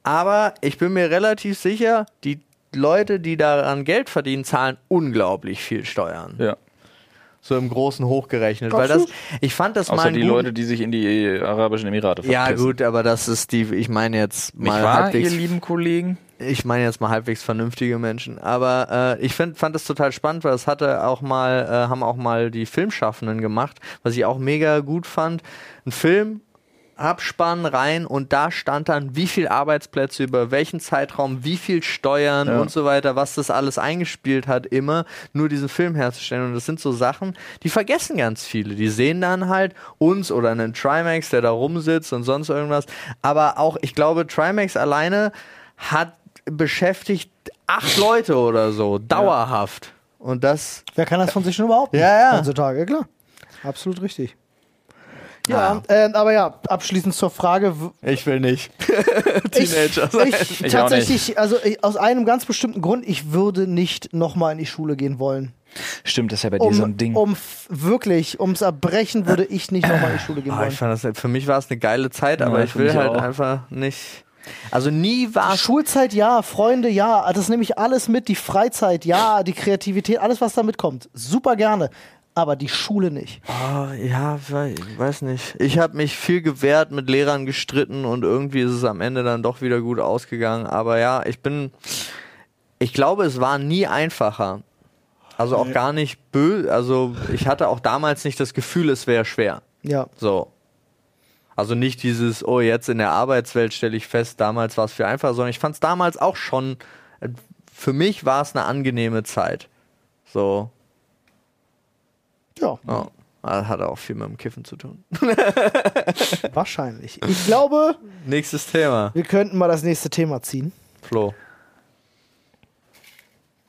Speaker 5: Aber ich bin mir relativ sicher, die Leute, die daran Geld verdienen, zahlen unglaublich viel Steuern.
Speaker 3: Ja.
Speaker 5: So im Großen hochgerechnet. Weil das, ich fand das mal
Speaker 3: Außer
Speaker 5: einen
Speaker 3: die
Speaker 5: guten-
Speaker 3: Leute, die sich in die Arabischen Emirate
Speaker 5: ja,
Speaker 3: verpissen.
Speaker 5: gut, aber das ist die, ich meine jetzt
Speaker 3: Nicht wahr,
Speaker 5: mal
Speaker 3: ihr
Speaker 5: halbwegs
Speaker 3: lieben Kollegen?
Speaker 5: ich meine jetzt mal halbwegs vernünftige Menschen, aber äh, ich find, fand das total spannend, weil das hatte auch mal, äh, haben auch mal die Filmschaffenden gemacht, was ich auch mega gut fand. Ein Film, Abspann rein und da stand dann, wie viel Arbeitsplätze über welchen Zeitraum, wie viel Steuern und so weiter, was das alles eingespielt hat, immer nur diesen Film herzustellen. Und das sind so Sachen, die vergessen ganz viele. Die sehen dann halt uns oder einen Trimax, der da rumsitzt und sonst irgendwas. Aber auch, ich glaube, Trimax alleine hat beschäftigt acht Leute oder so, dauerhaft. Und das,
Speaker 2: Wer kann das von sich schon überhaupt nicht?
Speaker 5: Ja, ja.
Speaker 2: Heutzutage, klar. Absolut richtig. Ja, ähm, aber ja, abschließend zur Frage. w-
Speaker 5: ich will nicht. Teenager sein.
Speaker 2: Ich,
Speaker 3: Ich auch
Speaker 2: tatsächlich, also ich, aus einem ganz bestimmten Grund, ich würde nicht nochmal in die Schule gehen wollen.
Speaker 3: Stimmt, das ist ja bei dir
Speaker 2: Um,
Speaker 3: so ein Ding.
Speaker 2: um f- wirklich, ums Erbrechen würde ich nicht nochmal in die Schule gehen
Speaker 5: Ah, ich
Speaker 2: wollen.
Speaker 5: fand das, für mich war es eine geile Zeit, aber
Speaker 3: Ja,
Speaker 5: ich
Speaker 3: für
Speaker 5: will
Speaker 3: mich
Speaker 5: halt
Speaker 3: auch.
Speaker 5: einfach nicht. Also nie war es.
Speaker 2: Schulzeit ja, Freunde ja, das nehme ich alles mit, die Freizeit ja, die Kreativität, alles was damit kommt, super gerne, aber die Schule nicht.
Speaker 5: Ah, ja, wei- weiß nicht. Ich habe mich viel gewehrt, mit Lehrern gestritten und irgendwie ist es am Ende dann doch wieder gut ausgegangen. Aber ja, ich bin. Ich glaube, es war nie einfacher. Also auch gar nicht bö. Also ich hatte auch damals nicht das Gefühl, es wäre schwer.
Speaker 2: Ja,
Speaker 5: So. Also nicht dieses, oh, jetzt in der Arbeitswelt stelle ich fest, damals war es viel einfacher, sondern ich fand es damals auch schon, äh, für mich war es eine angenehme Zeit. So.
Speaker 2: ja,
Speaker 5: Ja. Ah, Hat auch viel mit dem Kiffen zu tun.
Speaker 2: wahrscheinlich. Ich glaube,
Speaker 5: Nächstes Thema,
Speaker 2: wir könnten mal das nächste Thema ziehen.
Speaker 5: Flo.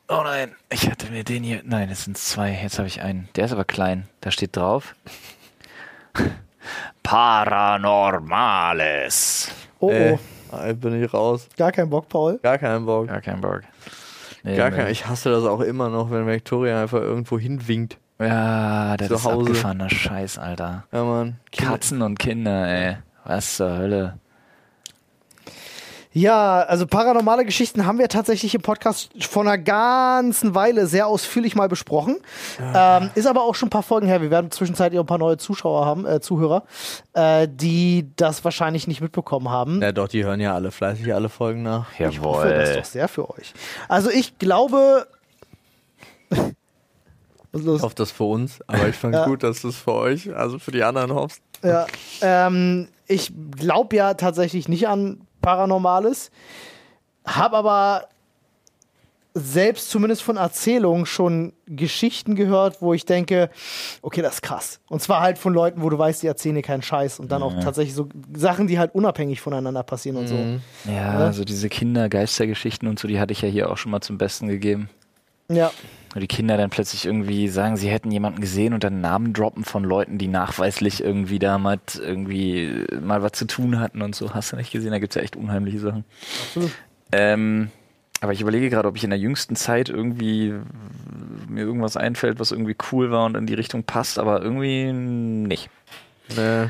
Speaker 3: Oh nein, ich hatte mir den hier. Nein, es sind zwei. Jetzt habe ich einen. Der ist aber klein. Da steht drauf. Paranormales.
Speaker 2: Oh,
Speaker 5: Äh,
Speaker 2: oh,
Speaker 5: ah, bin ich raus. ah,
Speaker 2: gar kein Bock, Paul.
Speaker 5: Gar keinen Bock.
Speaker 3: Gar kein Bock. Nee,
Speaker 5: Gar
Speaker 3: nee.
Speaker 5: kein, ich hasse das auch immer noch, wenn Victoria einfach irgendwo hinwinkt.
Speaker 3: Ja, das
Speaker 5: Zu
Speaker 3: ist
Speaker 5: Hause.
Speaker 3: abgefahrener Scheiß, Alter.
Speaker 5: Ja, Mann. Kinder-
Speaker 3: Katzen und Kinder, ey. Was zur Hölle?
Speaker 2: Ja, also paranormale Geschichten haben wir tatsächlich im Podcast vor einer ganzen Weile sehr ausführlich mal besprochen. Ähm, ist aber auch schon ein paar Folgen her. Wir werden zwischenzeitlich auch ein paar neue Zuschauer haben, äh, Zuhörer, äh, die das wahrscheinlich nicht mitbekommen haben.
Speaker 5: Na doch, die hören ja alle fleißig alle Folgen nach.
Speaker 2: Ich hoffe, das ist doch sehr für euch. Also ich glaube. Was ist los?
Speaker 5: Ich hoffe das für uns, aber ich fand
Speaker 2: Ja.
Speaker 5: gut, dass du es für euch, also für die anderen hoffst.
Speaker 2: Ja, ähm, ich glaube ja tatsächlich nicht an Paranormales, habe aber selbst zumindest von Erzählungen schon Geschichten gehört, wo ich denke, okay, das ist krass. Und zwar halt von Leuten, wo du weißt, die erzählen dir keinen Scheiß und dann auch tatsächlich so Sachen, die halt unabhängig voneinander passieren und
Speaker 3: Ja, also diese Kindergeistergeschichten und so, die hatte ich ja hier auch schon mal zum Besten gegeben.
Speaker 2: so. Ja.
Speaker 3: Wo die Kinder dann plötzlich irgendwie sagen, sie hätten jemanden gesehen und dann Namen droppen von Leuten, die nachweislich irgendwie damals irgendwie äh, mal was zu tun hatten und so. Hast du nicht gesehen? Da gibt's ja echt unheimliche Sachen. Ähm, aber ich überlege gerade, ob ich in der jüngsten Zeit irgendwie äh, mir irgendwas einfällt, was irgendwie cool war und in die Richtung passt, aber irgendwie nicht.
Speaker 5: Nee.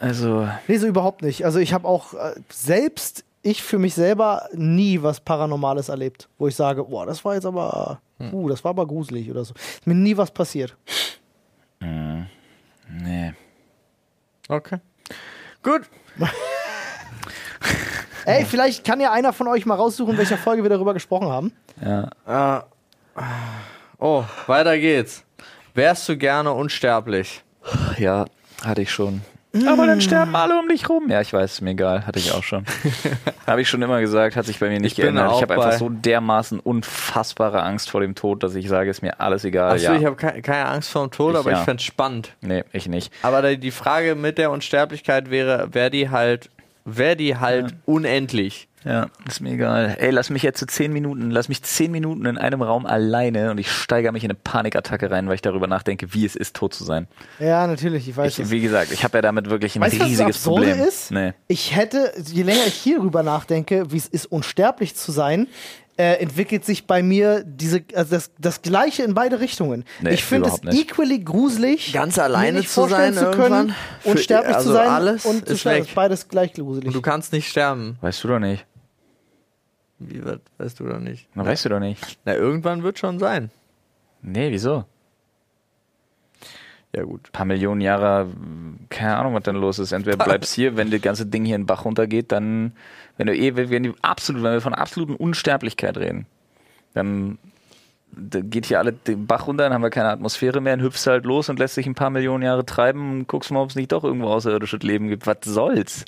Speaker 3: Also,
Speaker 2: Nee, so überhaupt nicht. Also ich habe auch äh, selbst, ich für mich selber, nie was Paranormales erlebt, wo ich sage, boah, das war jetzt aber, uh, das war aber gruselig oder so. Ist mir nie was passiert.
Speaker 3: Hm. nee.
Speaker 5: Okay. Gut. Genau.
Speaker 2: Ey, vielleicht kann ja einer von euch mal raussuchen, in welcher Folge wir darüber gesprochen haben.
Speaker 3: Ja.
Speaker 5: Äh, oh, weiter geht's. Wärst du gerne unsterblich?
Speaker 3: Ja, hatte ich schon. Aber dann sterben alle um dich rum. Ja, ich weiß, ist mir egal. Hatte ich auch schon. habe ich schon immer gesagt, hat sich bei mir nicht
Speaker 5: Ich bin
Speaker 3: geändert.
Speaker 5: auch
Speaker 3: Ich habe einfach
Speaker 5: bei-
Speaker 3: so dermaßen unfassbare Angst vor dem Tod, dass ich sage, ist mir alles egal.
Speaker 5: Achso,
Speaker 3: Äh, ja.
Speaker 5: ich habe ke keine Angst vor dem Tod,
Speaker 3: Ich
Speaker 5: aber
Speaker 3: ja.
Speaker 5: ich fänd's spannend.
Speaker 3: nee, ich nicht.
Speaker 5: Aber da- die Frage mit der Unsterblichkeit wäre, wäre die halt, wäre die halt unendlich.
Speaker 3: Ja, ist mir egal. Ey, lass mich jetzt zu zehn Minuten, lass mich zehn Minuten in einem Raum alleine und ich steigere mich in eine Panikattacke rein, weil ich darüber nachdenke, wie es ist, tot zu sein.
Speaker 2: Ja, natürlich, ich weiß
Speaker 3: Ich, wie gesagt, ich habe ja damit wirklich ein
Speaker 2: Weißt du, was das
Speaker 3: riesiges
Speaker 2: Absurde
Speaker 3: Problem.
Speaker 2: ist?
Speaker 3: Nee.
Speaker 2: Ich hätte, je länger ich hierüber nachdenke, wie es ist, unsterblich zu sein, äh, entwickelt sich bei mir diese, also das, das Gleiche in beide Richtungen.
Speaker 3: Nee,
Speaker 2: ich finde es
Speaker 3: überhaupt nicht.
Speaker 2: equally gruselig,
Speaker 5: Ganz
Speaker 2: mir
Speaker 5: alleine
Speaker 2: nicht
Speaker 5: zu
Speaker 2: vorstellen
Speaker 5: sein irgendwann. Für-
Speaker 2: unsterblich
Speaker 5: also
Speaker 2: zu sein
Speaker 5: alles
Speaker 2: und zu
Speaker 5: ist
Speaker 2: sterben.
Speaker 5: weg.
Speaker 2: Ist beides gleich gruselig.
Speaker 5: Du kannst nicht sterben.
Speaker 3: Weißt du doch nicht.
Speaker 5: Wie was weißt du doch nicht?
Speaker 3: Na, weißt du doch nicht.
Speaker 5: Na, irgendwann wird schon sein.
Speaker 3: Nee, wieso?
Speaker 5: Ja, gut.
Speaker 3: paar Millionen Jahre, keine Ahnung, was dann los ist. Entweder bleibst hier, wenn das ganze Ding hier in den Bach runtergeht, dann, wenn du eh, wenn, die absolut, wenn wir von absoluten Unsterblichkeit reden, dann da geht hier alle den Bach runter, dann haben wir keine Atmosphäre mehr, dann hüpfst du halt los und lässt dich ein paar Millionen Jahre treiben und guckst mal, ob es nicht doch irgendwo außerirdisches Leben gibt. Was soll's?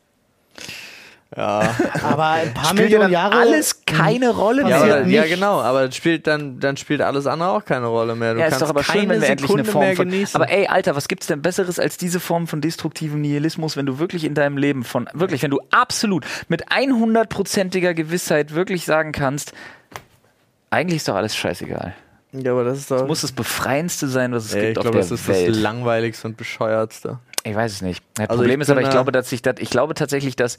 Speaker 2: Aber ein
Speaker 3: Spielt
Speaker 2: paar
Speaker 3: ja
Speaker 2: Millionen
Speaker 3: dann
Speaker 2: Jahre.
Speaker 3: alles keine Rolle
Speaker 5: Ja,
Speaker 2: Passiert
Speaker 3: mehr.
Speaker 5: aber, ja,
Speaker 2: nichts.
Speaker 5: genau, aber das spielt dann, dann spielt alles andere auch keine Rolle mehr. Du
Speaker 3: Ja,
Speaker 5: kannst
Speaker 3: ist doch aber
Speaker 5: keine
Speaker 3: schön, wenn wir endlich
Speaker 5: Sekunde
Speaker 3: eine Form
Speaker 5: mehr
Speaker 3: von.
Speaker 5: genießen.
Speaker 3: Aber ey, Alter, was gibt's denn Besseres als diese Form von destruktivem Nihilismus, wenn du wirklich in deinem Leben von, wirklich, wenn du absolut mit 100%iger Gewissheit wirklich sagen kannst, eigentlich ist doch alles scheißegal.
Speaker 5: ja, aber das ist doch.
Speaker 3: Muss das Befreiendste sein, was es
Speaker 5: Ey,
Speaker 3: gibt
Speaker 5: ich glaube,
Speaker 3: auf
Speaker 5: das
Speaker 3: der
Speaker 5: ist
Speaker 3: Welt.
Speaker 5: das langweiligste und bescheuertste.
Speaker 3: Ich weiß es nicht. Das
Speaker 5: Also
Speaker 3: Problem
Speaker 5: ich
Speaker 3: ist aber,
Speaker 5: bin
Speaker 3: ich
Speaker 5: da-
Speaker 3: glaube, dass ich das, ich glaube tatsächlich, dass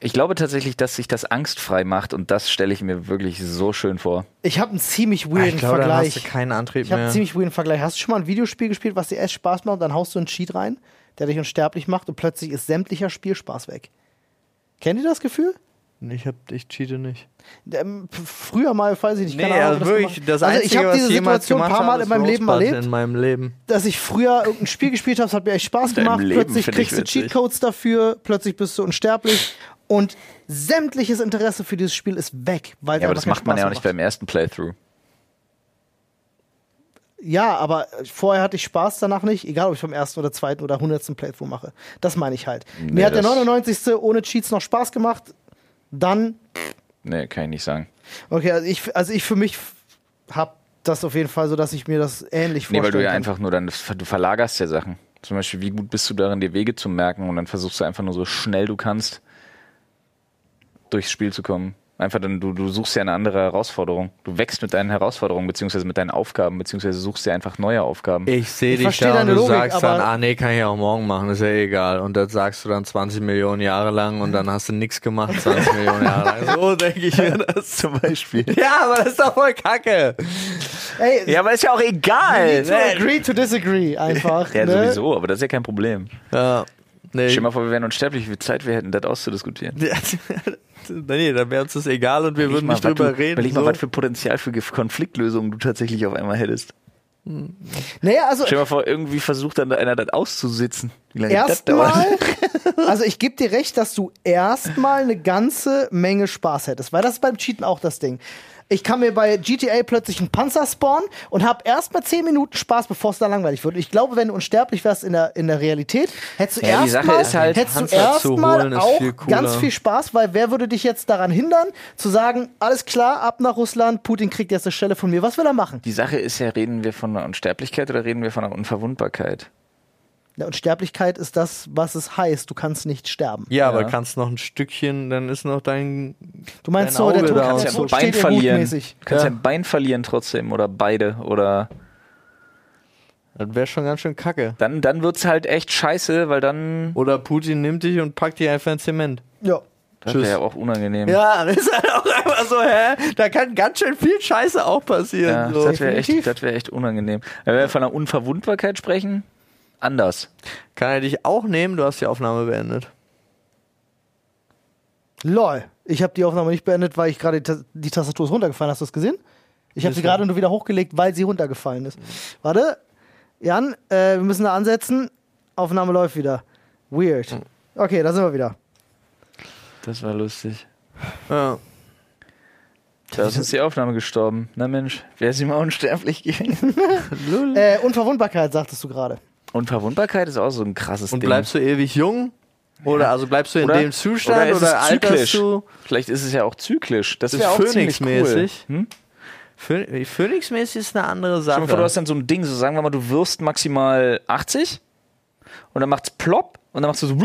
Speaker 3: ich glaube tatsächlich, dass sich das angstfrei macht und das stelle ich mir wirklich so schön vor.
Speaker 2: Ich habe einen ziemlich
Speaker 5: Ah,
Speaker 2: weirden
Speaker 5: ich glaube, da hast du
Speaker 2: Vergleich.
Speaker 5: keinen Antrieb
Speaker 2: Ich habe
Speaker 5: mehr.
Speaker 2: einen ziemlich weirden Vergleich. Hast du schon mal ein Videospiel gespielt, was dir echt Spaß macht und dann haust du einen Cheat rein, der dich unsterblich macht und plötzlich ist sämtlicher Spielspaß weg? Kennt ihr das Gefühl?
Speaker 5: Ich, hab, ich cheate nicht.
Speaker 2: Ähm, f- früher mal, weiß ich nicht, keine
Speaker 5: Nee,
Speaker 2: Ahnung, ob
Speaker 5: also
Speaker 2: das
Speaker 5: wirklich,
Speaker 2: gemacht-
Speaker 5: das
Speaker 2: also
Speaker 5: Einzige,
Speaker 2: ich habe
Speaker 5: was
Speaker 2: diese
Speaker 5: ich jemals
Speaker 2: Situation ein
Speaker 5: gemacht
Speaker 2: paar Mal
Speaker 5: habe,
Speaker 2: in meinem
Speaker 5: ist
Speaker 2: Leben
Speaker 5: Rosebud
Speaker 2: erlebt,
Speaker 5: In meinem Leben.
Speaker 2: dass ich früher irgendein Spiel gespielt habe, es hat mir echt Spaß
Speaker 3: Deinem
Speaker 2: gemacht,
Speaker 3: Leben
Speaker 2: plötzlich
Speaker 3: find
Speaker 2: kriegst
Speaker 3: ich
Speaker 2: du
Speaker 3: witzig.
Speaker 2: Cheatcodes dafür, plötzlich bist du unsterblich und sämtliches Interesse für dieses Spiel ist weg, weil es
Speaker 3: Ja, aber
Speaker 2: einfach
Speaker 3: das
Speaker 2: keinen
Speaker 3: macht man
Speaker 2: Spaß
Speaker 3: ja auch
Speaker 2: mehr
Speaker 3: nicht beim ersten Playthrough.
Speaker 2: Ja, aber äh, vorher hatte ich Spaß, danach nicht. Egal, ob ich vom ersten oder zweiten oder hundertsten Playthrough mache. Das meine ich halt.
Speaker 3: Nee,
Speaker 2: Mir hat der
Speaker 3: das-
Speaker 2: 99. ohne Cheats noch Spaß gemacht. Dann,
Speaker 3: Nee, kann ich nicht sagen.
Speaker 2: okay, also ich, also ich für mich f- hab das auf jeden Fall so, dass ich mir das ähnlich
Speaker 3: Nee,
Speaker 2: vorstelle.
Speaker 3: weil du ja
Speaker 2: kann.
Speaker 3: einfach nur dann, du verlagerst ja Sachen. Zum Beispiel, wie gut bist du darin, dir Wege zu merken und dann versuchst du einfach nur so schnell du kannst durchs Spiel zu kommen. Einfach dann, du, du suchst ja eine andere Herausforderung. Du wächst mit deinen Herausforderungen, beziehungsweise mit deinen Aufgaben, beziehungsweise suchst dir einfach neue Aufgaben.
Speaker 5: Ich sehe dich
Speaker 2: verstehe
Speaker 5: da und
Speaker 2: deine
Speaker 5: du
Speaker 2: Logik,
Speaker 5: sagst dann,
Speaker 2: aber-
Speaker 5: ah nee, kann ich auch morgen machen, ist ja eh egal. Und das sagst du dann 20 Millionen Jahre lang und dann hast du nichts gemacht 20 Millionen Jahre lang. So denke ich mir das zum Beispiel. Ja, aber das ist doch voll kacke.
Speaker 2: Ey,
Speaker 3: Ja, aber ist ja auch egal. ne?
Speaker 2: to agree to disagree einfach.
Speaker 3: Ja,
Speaker 2: ne?
Speaker 3: sowieso, aber das ist ja kein Problem.
Speaker 5: Ja, nee.
Speaker 3: Stell dir mal vor, wir wären unsterblich, wie viel Zeit wir hätten, das auszudiskutieren.
Speaker 5: nee, dann wäre uns das egal und wir würden
Speaker 3: mal,
Speaker 5: nicht
Speaker 3: was
Speaker 5: drüber
Speaker 3: du,
Speaker 5: reden.
Speaker 3: Überleg mal,
Speaker 5: so.
Speaker 3: was für Potenzial für Ge- Konfliktlösungen du tatsächlich auf einmal hättest.
Speaker 2: Naja, also
Speaker 3: Stell dir mal vor, irgendwie versucht dann einer das auszusitzen. Wie lange das dauert.
Speaker 2: erstmal, Äh, also ich gebe dir recht, dass du erstmal eine ganze Menge Spaß hättest, weil das ist beim Cheaten auch das Ding. Ich kann mir bei GTA plötzlich einen Panzer spawnen und habe erstmal 10 Minuten Spaß, bevor es da langweilig wird. Ich glaube, wenn du unsterblich wärst in der, in der Realität, hättest du
Speaker 3: Ja, die Sache
Speaker 2: erstmal
Speaker 3: ist halt,
Speaker 2: hättest du
Speaker 5: Panzer zu holen
Speaker 2: erstmal
Speaker 5: ist
Speaker 2: auch
Speaker 5: viel cooler.
Speaker 2: ganz viel Spaß, weil wer würde dich jetzt daran hindern, zu sagen, alles klar, ab nach Russland, Putin kriegt jetzt eine Stelle von mir, was will er machen?
Speaker 3: Die Sache ist ja, reden wir von einer Unsterblichkeit oder reden wir von einer Unverwundbarkeit?
Speaker 2: Ja, Und Sterblichkeit ist das, was es heißt, du kannst nicht sterben.
Speaker 5: ja, aber
Speaker 3: Ja.
Speaker 5: kannst noch ein Stückchen, dann ist noch dein.
Speaker 2: Du meinst
Speaker 5: Dein
Speaker 2: so, Oh, der
Speaker 5: Auge
Speaker 2: Tod,
Speaker 5: da und
Speaker 2: der
Speaker 3: kannst ja
Speaker 2: Tod
Speaker 3: ein Bein
Speaker 2: steht dir
Speaker 3: verlieren. Du
Speaker 2: gutmäßig.
Speaker 3: kannst
Speaker 5: Oh, Ja.
Speaker 3: ja ein Bein verlieren trotzdem oder beide oder
Speaker 5: Das wäre schon ganz schön kacke.
Speaker 3: dann, dann wird's halt echt scheiße, weil dann
Speaker 5: Oder Putin nimmt dich und packt dich einfach ins Zement.
Speaker 2: Ja.
Speaker 3: das
Speaker 5: Tschüss.
Speaker 3: wäre ja auch unangenehm.
Speaker 5: Ja, das ist halt auch einfach so, hä? Da kann ganz schön viel Scheiße auch passieren.
Speaker 3: Ja,
Speaker 5: so.
Speaker 3: das wäre echt,
Speaker 2: definitiv.
Speaker 3: das wär echt unangenehm. Wenn wir von einer Unverwundbarkeit sprechen, anders.
Speaker 5: Kann er dich auch nehmen? Du hast die Aufnahme beendet.
Speaker 2: Lol. Ich habe die Aufnahme nicht beendet, weil ich gerade die, Ta- die Tastatur ist runtergefallen. Hast du das gesehen? Ich habe sie gerade nur wieder hochgelegt, weil sie runtergefallen ist. Warte. Jan, äh, wir müssen da ansetzen. Aufnahme läuft wieder. Weird.
Speaker 3: Hm.
Speaker 2: Okay, da sind wir wieder.
Speaker 3: Das war lustig.
Speaker 5: Ja.
Speaker 3: Da ist uns die Aufnahme gestorben. Na Mensch, wäre sie mal unsterblich gewesen.
Speaker 2: Äh, Unverwundbarkeit, sagtest du gerade.
Speaker 3: Unverwundbarkeit ist auch so ein krasses
Speaker 5: Und
Speaker 3: Ding.
Speaker 5: bleibst du ewig jung? Oder also bleibst du in
Speaker 3: Oder-
Speaker 5: dem Zustand
Speaker 3: oder ist
Speaker 5: oder,
Speaker 3: es
Speaker 5: alterst
Speaker 3: zyklisch?
Speaker 5: du?
Speaker 3: Vielleicht ist es ja auch zyklisch. Das
Speaker 5: Das
Speaker 3: wäre auch ziemlich cool.
Speaker 5: Phoenix-mäßig.
Speaker 3: Hm?
Speaker 5: Phö- Phoenix-mäßig ist eine andere
Speaker 3: Stell dir mal vor, du
Speaker 5: Sache.
Speaker 3: hast dann so ein Ding, so sagen wir mal, du wirst maximal 80 und dann macht's plopp und dann machst du so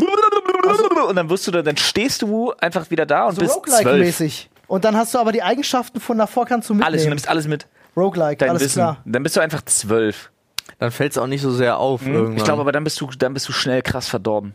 Speaker 5: Also
Speaker 3: und dann wirst du da, dann stehst du einfach wieder da und
Speaker 2: So
Speaker 3: bist zwölf.
Speaker 2: Roguelike-mäßig. Und dann hast du aber die Eigenschaften von davor kannst du mitnehmen.
Speaker 3: Alles, du nimmst alles mit,
Speaker 2: Roguelike,
Speaker 3: dein
Speaker 2: alles
Speaker 3: Wissen.
Speaker 2: klar.
Speaker 3: Dann bist du einfach zwölf.
Speaker 5: Dann fällt es auch nicht so sehr auf. Irgendwann.
Speaker 3: Hm? Ich glaube aber, dann bist du, dann bist du schnell krass verdorben.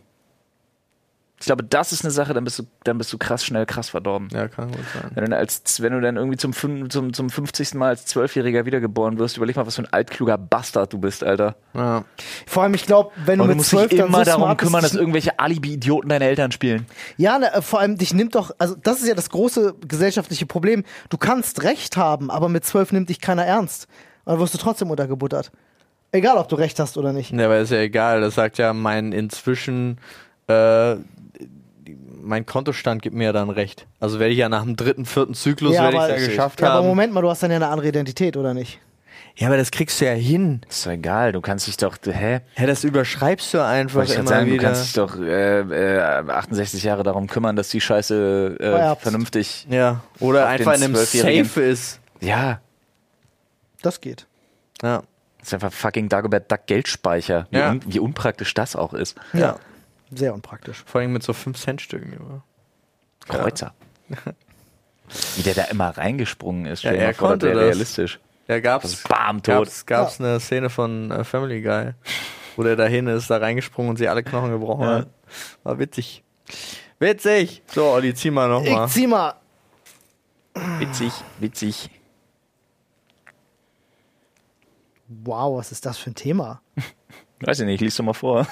Speaker 3: Ich glaube, das ist eine Sache, dann bist du, dann bist du krass schnell krass verdorben.
Speaker 5: Ja, kann gut sein.
Speaker 3: Wenn du, dann als, wenn du dann irgendwie zum, fün- zum, zum 50. Mal als Zwölfjähriger wiedergeboren wirst, überleg mal, was für ein altkluger Bastard du bist, Alter.
Speaker 5: Ja.
Speaker 2: Vor allem, ich glaube, wenn du
Speaker 3: Und du
Speaker 2: mit
Speaker 3: musst
Speaker 2: 12
Speaker 3: dich
Speaker 2: dann
Speaker 3: immer
Speaker 2: so
Speaker 3: darum
Speaker 2: smart bist,
Speaker 3: kümmern,
Speaker 2: dass
Speaker 3: dass irgendwelche Alibi-Idioten deine Eltern spielen.
Speaker 2: Ja, ne, äh, vor allem, dich nimmt doch, also das ist ja das große gesellschaftliche Problem. Du kannst Recht haben, aber mit zwölf nimmt dich keiner ernst. Und dann wirst du trotzdem untergebuttert. Egal, ob du Recht hast oder nicht.
Speaker 5: Ja, aber ist ja egal. Das sagt ja mein inzwischen, äh, mein Kontostand gibt mir ja dann recht. Also werde ich ja nach dem dritten, vierten Zyklus,
Speaker 2: Ja,
Speaker 5: werde ich
Speaker 2: aber-
Speaker 5: ja geschafft
Speaker 2: Ja, aber
Speaker 5: haben.
Speaker 2: Moment mal, du hast dann ja eine andere Identität, oder nicht?
Speaker 5: Ja, aber das kriegst du ja hin.
Speaker 3: Ist doch egal, du kannst dich doch, hä?
Speaker 5: Ja, das überschreibst du einfach
Speaker 3: Ich kann
Speaker 5: immer
Speaker 3: sagen, du
Speaker 5: wieder.
Speaker 3: kannst dich doch äh, äh, 68 Jahre darum kümmern, dass die Scheiße äh,
Speaker 2: Feierabend.
Speaker 3: vernünftig.
Speaker 5: ja, oder
Speaker 3: Auf den
Speaker 5: einfach in einem
Speaker 3: Zwölfjährigen.
Speaker 5: Safe ist.
Speaker 3: Ja,
Speaker 2: Das geht.
Speaker 5: Ja.
Speaker 3: ist einfach fucking Dagobert Duck Geldspeicher. Wie,
Speaker 5: Ja.
Speaker 3: un, wie unpraktisch das auch ist.
Speaker 5: ja.
Speaker 2: Sehr unpraktisch.
Speaker 5: Vor allem mit so 5-Cent-Stücken immer.
Speaker 3: Kreuzer. Wie der da immer reingesprungen ist.
Speaker 5: Ja,
Speaker 3: Stell dir
Speaker 5: er
Speaker 3: mal vor,
Speaker 5: konnte
Speaker 3: der
Speaker 5: das.
Speaker 3: realistisch.
Speaker 5: Ja, gab's.
Speaker 3: Also Bam, tot.
Speaker 5: Gab's, gab's eine Szene von äh, Family Guy, wo der dahin ist, da reingesprungen und sie alle Knochen gebrochen hat. War witzig. Witzig! So, Olli, zieh mal
Speaker 2: Ich
Speaker 5: nochmal.
Speaker 2: zieh mal.
Speaker 3: Witzig, witzig.
Speaker 2: Wow, was ist das für ein Thema?
Speaker 3: Weiß ich nicht, liest du mal vor.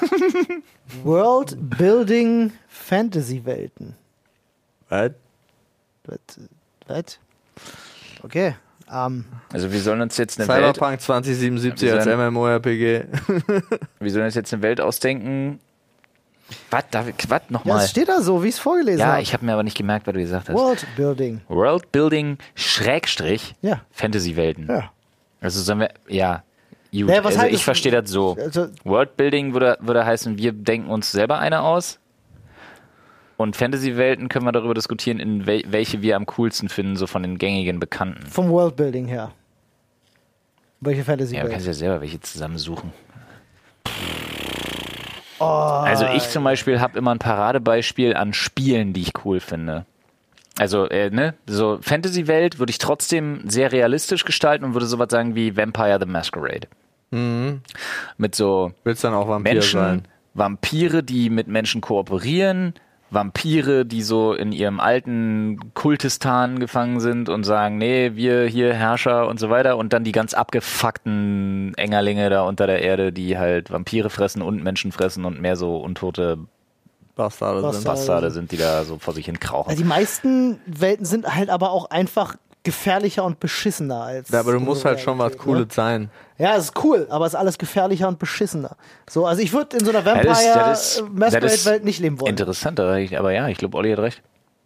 Speaker 2: World Building Fantasy Welten.
Speaker 5: Was?
Speaker 2: Was? Was? Okay. Ähm,
Speaker 3: Also wir sollen uns jetzt eine Welt
Speaker 5: Cyberpunk 2077
Speaker 3: Ja, wir
Speaker 5: als
Speaker 3: sind-
Speaker 5: MMORPG.
Speaker 3: Wir sollen uns jetzt eine Welt ausdenken. Was, David, was
Speaker 2: ja,
Speaker 3: nochmal?
Speaker 2: es steht da so, wie ich es vorgelesen
Speaker 3: Ja,
Speaker 2: habe.
Speaker 3: ich habe mir aber nicht gemerkt, was du gesagt hast.
Speaker 2: World Building.
Speaker 3: Worldbuilding Schrägstrich
Speaker 2: Ja.
Speaker 3: Fantasy-Welten.
Speaker 2: Ja,
Speaker 3: Also sollen wir, ja, gut.
Speaker 2: Naja, was
Speaker 3: also
Speaker 2: halt
Speaker 3: ich
Speaker 2: ist-
Speaker 3: verstehe das so.
Speaker 2: also-
Speaker 3: Worldbuilding würde, würde heißen, wir denken uns selber eine aus. Und Fantasy-Welten können wir darüber diskutieren, in wel welche wir am coolsten finden, so von den gängigen Bekannten.
Speaker 2: vom World Building her. Welche Fantasy
Speaker 3: Ja, du kannst
Speaker 2: Welt?
Speaker 3: ja selber welche zusammensuchen.
Speaker 2: Oh,
Speaker 3: Also ich zum Beispiel habe immer ein Paradebeispiel an Spielen, die ich cool finde. Also, äh, ne, so Fantasy-Welt würde ich trotzdem sehr realistisch gestalten und würde sowas sagen wie Vampire the Masquerade. Mit so
Speaker 5: Willst dann auch Vampir
Speaker 3: Menschen,
Speaker 5: sein?
Speaker 3: Vampire, die mit Menschen kooperieren, Vampire, die so in ihrem alten Kultistan gefangen sind und sagen, nee, wir hier Herrscher und so weiter und dann die ganz abgefuckten Engerlinge da unter der Erde, die halt Vampire fressen und Menschen fressen und mehr so untote
Speaker 5: Bastarde sind.
Speaker 2: Bastarde.
Speaker 3: Bastarde sind, die da so vor sich hin krauchen.
Speaker 2: Also die meisten Welten sind halt aber auch einfach gefährlicher und beschissener als.
Speaker 5: Ja, aber du musst
Speaker 2: unsere
Speaker 5: halt schon was
Speaker 2: Realität, ne?
Speaker 5: Cooles sein.
Speaker 2: Ja, es ist cool, aber es ist alles gefährlicher und beschissener. So, also ich würde in so einer
Speaker 3: Das ist- das ist- das ist
Speaker 2: Vampire-Masquerade-Welt nicht leben wollen.
Speaker 3: Interessant, aber ich- aber ja, ich glaube, Olli hat recht.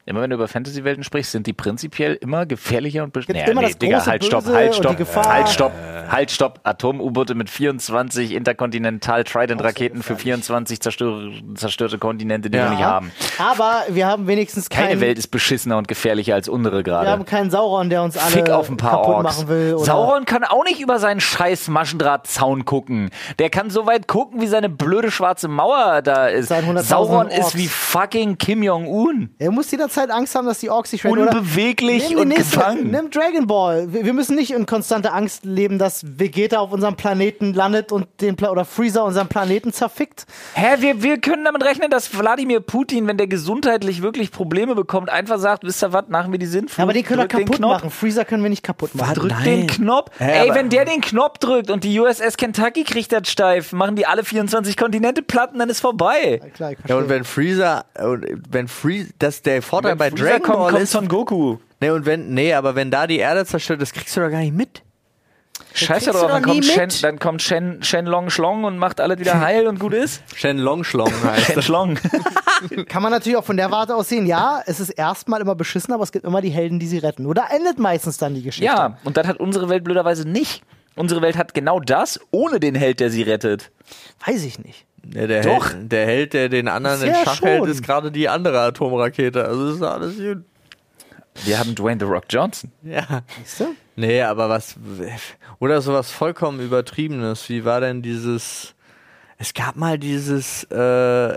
Speaker 3: Immer wenn du über Fantasy-Welten sprichst, sind die prinzipiell immer gefährlicher und besch-
Speaker 2: Gibt's immer das große
Speaker 3: halt, stopp,
Speaker 2: Böse
Speaker 3: halt,
Speaker 2: und
Speaker 3: stopp,
Speaker 2: die Gefahr.
Speaker 3: halt, stopp, halt, stopp. Atom-U-Boote mit 24 interkontinental Trident-Raketen für 24 zerstör zerstörte Kontinente, die wir nicht haben.
Speaker 2: Aber wir haben wenigstens
Speaker 3: Keine
Speaker 2: keinen,
Speaker 3: Welt ist beschissener und gefährlicher als unsere
Speaker 2: Wir
Speaker 3: gerade.
Speaker 2: haben keinen Sauron, der uns alle
Speaker 3: Fick auf ein paar
Speaker 2: kaputt
Speaker 3: Orks.
Speaker 2: machen will. Oder
Speaker 3: Sauron kann auch nicht über seinen scheiß Maschendrahtzaun gucken. Der kann so weit gucken, wie seine blöde schwarze Mauer da ist.
Speaker 2: Seit 100.000
Speaker 3: Sauron
Speaker 2: Orks.
Speaker 3: ist wie fucking Kim Jong-un.
Speaker 2: Er muss jederzeit Angst haben, dass die Orks sich oder-
Speaker 3: Unbeweglich
Speaker 2: Nimm die
Speaker 3: und
Speaker 2: nächste-
Speaker 3: gefangen.
Speaker 2: Nimm Dragon Ball. Wir, wir müssen nicht in konstanter Angst leben, dass Vegeta auf unserem Planeten landet und den Pla oder Freezer unseren Planeten zerfickt.
Speaker 3: Hä, wir, wir können damit rechnen, dass Wladimir Putin, wenn der gesundheitlich wirklich Probleme bekommt, einfach sagt, wisst ihr was, machen wir die Sinnflut.
Speaker 2: aber den können wir
Speaker 3: drückt den
Speaker 2: kaputt
Speaker 3: Knopf.
Speaker 2: machen. Freezer können wir nicht kaputt machen.
Speaker 3: Drückt den Knopf. Ey, wenn der den Knopf drückt und die USS Kentucky kriegt das steif, machen die alle 24 Kontinente platt und dann ist vorbei.
Speaker 2: Klar, ich verstehe.
Speaker 5: Ja, und wenn Freezer, und wenn Freezer, das der Vorteil bei
Speaker 3: Freezer
Speaker 5: Dragon
Speaker 3: kommt,
Speaker 5: Ball
Speaker 3: kommt
Speaker 5: ist.
Speaker 3: Son Goku.
Speaker 5: Nee, und wenn, nee, aber wenn da die Erde zerstört ist, kriegst du doch gar nicht mit.
Speaker 3: Scheiße
Speaker 2: kriegst
Speaker 3: drauf,
Speaker 2: du
Speaker 3: dann
Speaker 2: doch nie
Speaker 3: kommt, Shen,
Speaker 2: mit.
Speaker 3: dann kommt Shen, Shen Long Schlong und macht alles wieder heil und gut ist.
Speaker 5: Shenlong Schlong heißt.
Speaker 3: Shen Schlong.
Speaker 2: Kann man natürlich auch von der Warte aus sehen. Ja, es ist erstmal immer beschissen, aber es gibt immer die Helden, die sie retten. Oder endet meistens dann die Geschichte.
Speaker 3: Ja, und das hat unsere Welt blöderweise nicht. Unsere Welt hat genau das, ohne den Held, der sie rettet.
Speaker 2: Weiß ich nicht.
Speaker 5: Ja, der,
Speaker 3: Doch.
Speaker 5: Held, der Held, der den anderen in
Speaker 2: Bisher
Speaker 5: Schach hält,
Speaker 2: schon.
Speaker 5: ist gerade die andere Atomrakete. Also das ist alles gut.
Speaker 3: Wir haben Dwayne The Rock Johnson.
Speaker 5: Ja.
Speaker 2: Siehst du?
Speaker 5: Nee, aber was. Oder sowas vollkommen Übertriebenes. Wie war denn dieses. Es gab mal dieses äh,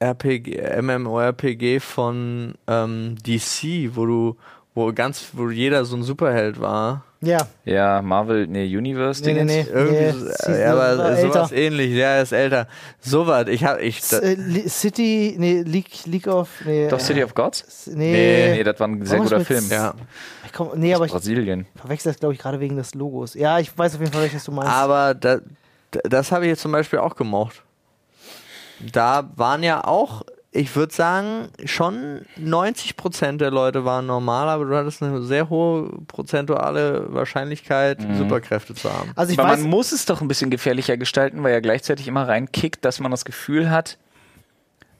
Speaker 5: RPG, MMORPG von ähm, DC, wo du, wo ganz, wo jeder so ein Superheld war.
Speaker 2: Ja.
Speaker 3: Ja, Marvel, nee, Universe.
Speaker 2: Nee, nee, nee.
Speaker 5: Irgendwie
Speaker 2: nee.
Speaker 5: so,
Speaker 2: Season
Speaker 5: äh, aber
Speaker 2: war älter.
Speaker 5: sowas ähnlich, ja, ist älter. Sowas, ich hab, ich,
Speaker 2: S- äh, Li- City, nee, League, League of, nee.
Speaker 3: Doch
Speaker 2: äh,
Speaker 3: City of Gods?
Speaker 2: Nee,
Speaker 3: Nee, das war ein sehr
Speaker 2: Warum ist
Speaker 3: guter
Speaker 2: mit-
Speaker 3: Film.
Speaker 5: ja.
Speaker 2: Ich komm, nee aber ich
Speaker 3: Brasilien.
Speaker 2: verwechsel das, glaube ich, gerade wegen des Logos. Ja, ich weiß auf jeden Fall, welches du meinst.
Speaker 5: Aber da, da- das habe ich jetzt zum Beispiel auch gemocht. Da waren ja auch, ich würde sagen, schon 90% der Leute waren normal, aber du hattest eine sehr hohe prozentuale Wahrscheinlichkeit, Superkräfte zu haben.
Speaker 2: also ich
Speaker 3: Aber
Speaker 2: weiß,
Speaker 3: man muss es doch ein bisschen gefährlicher gestalten, weil ja gleichzeitig immer reinkickt, dass man das Gefühl hat,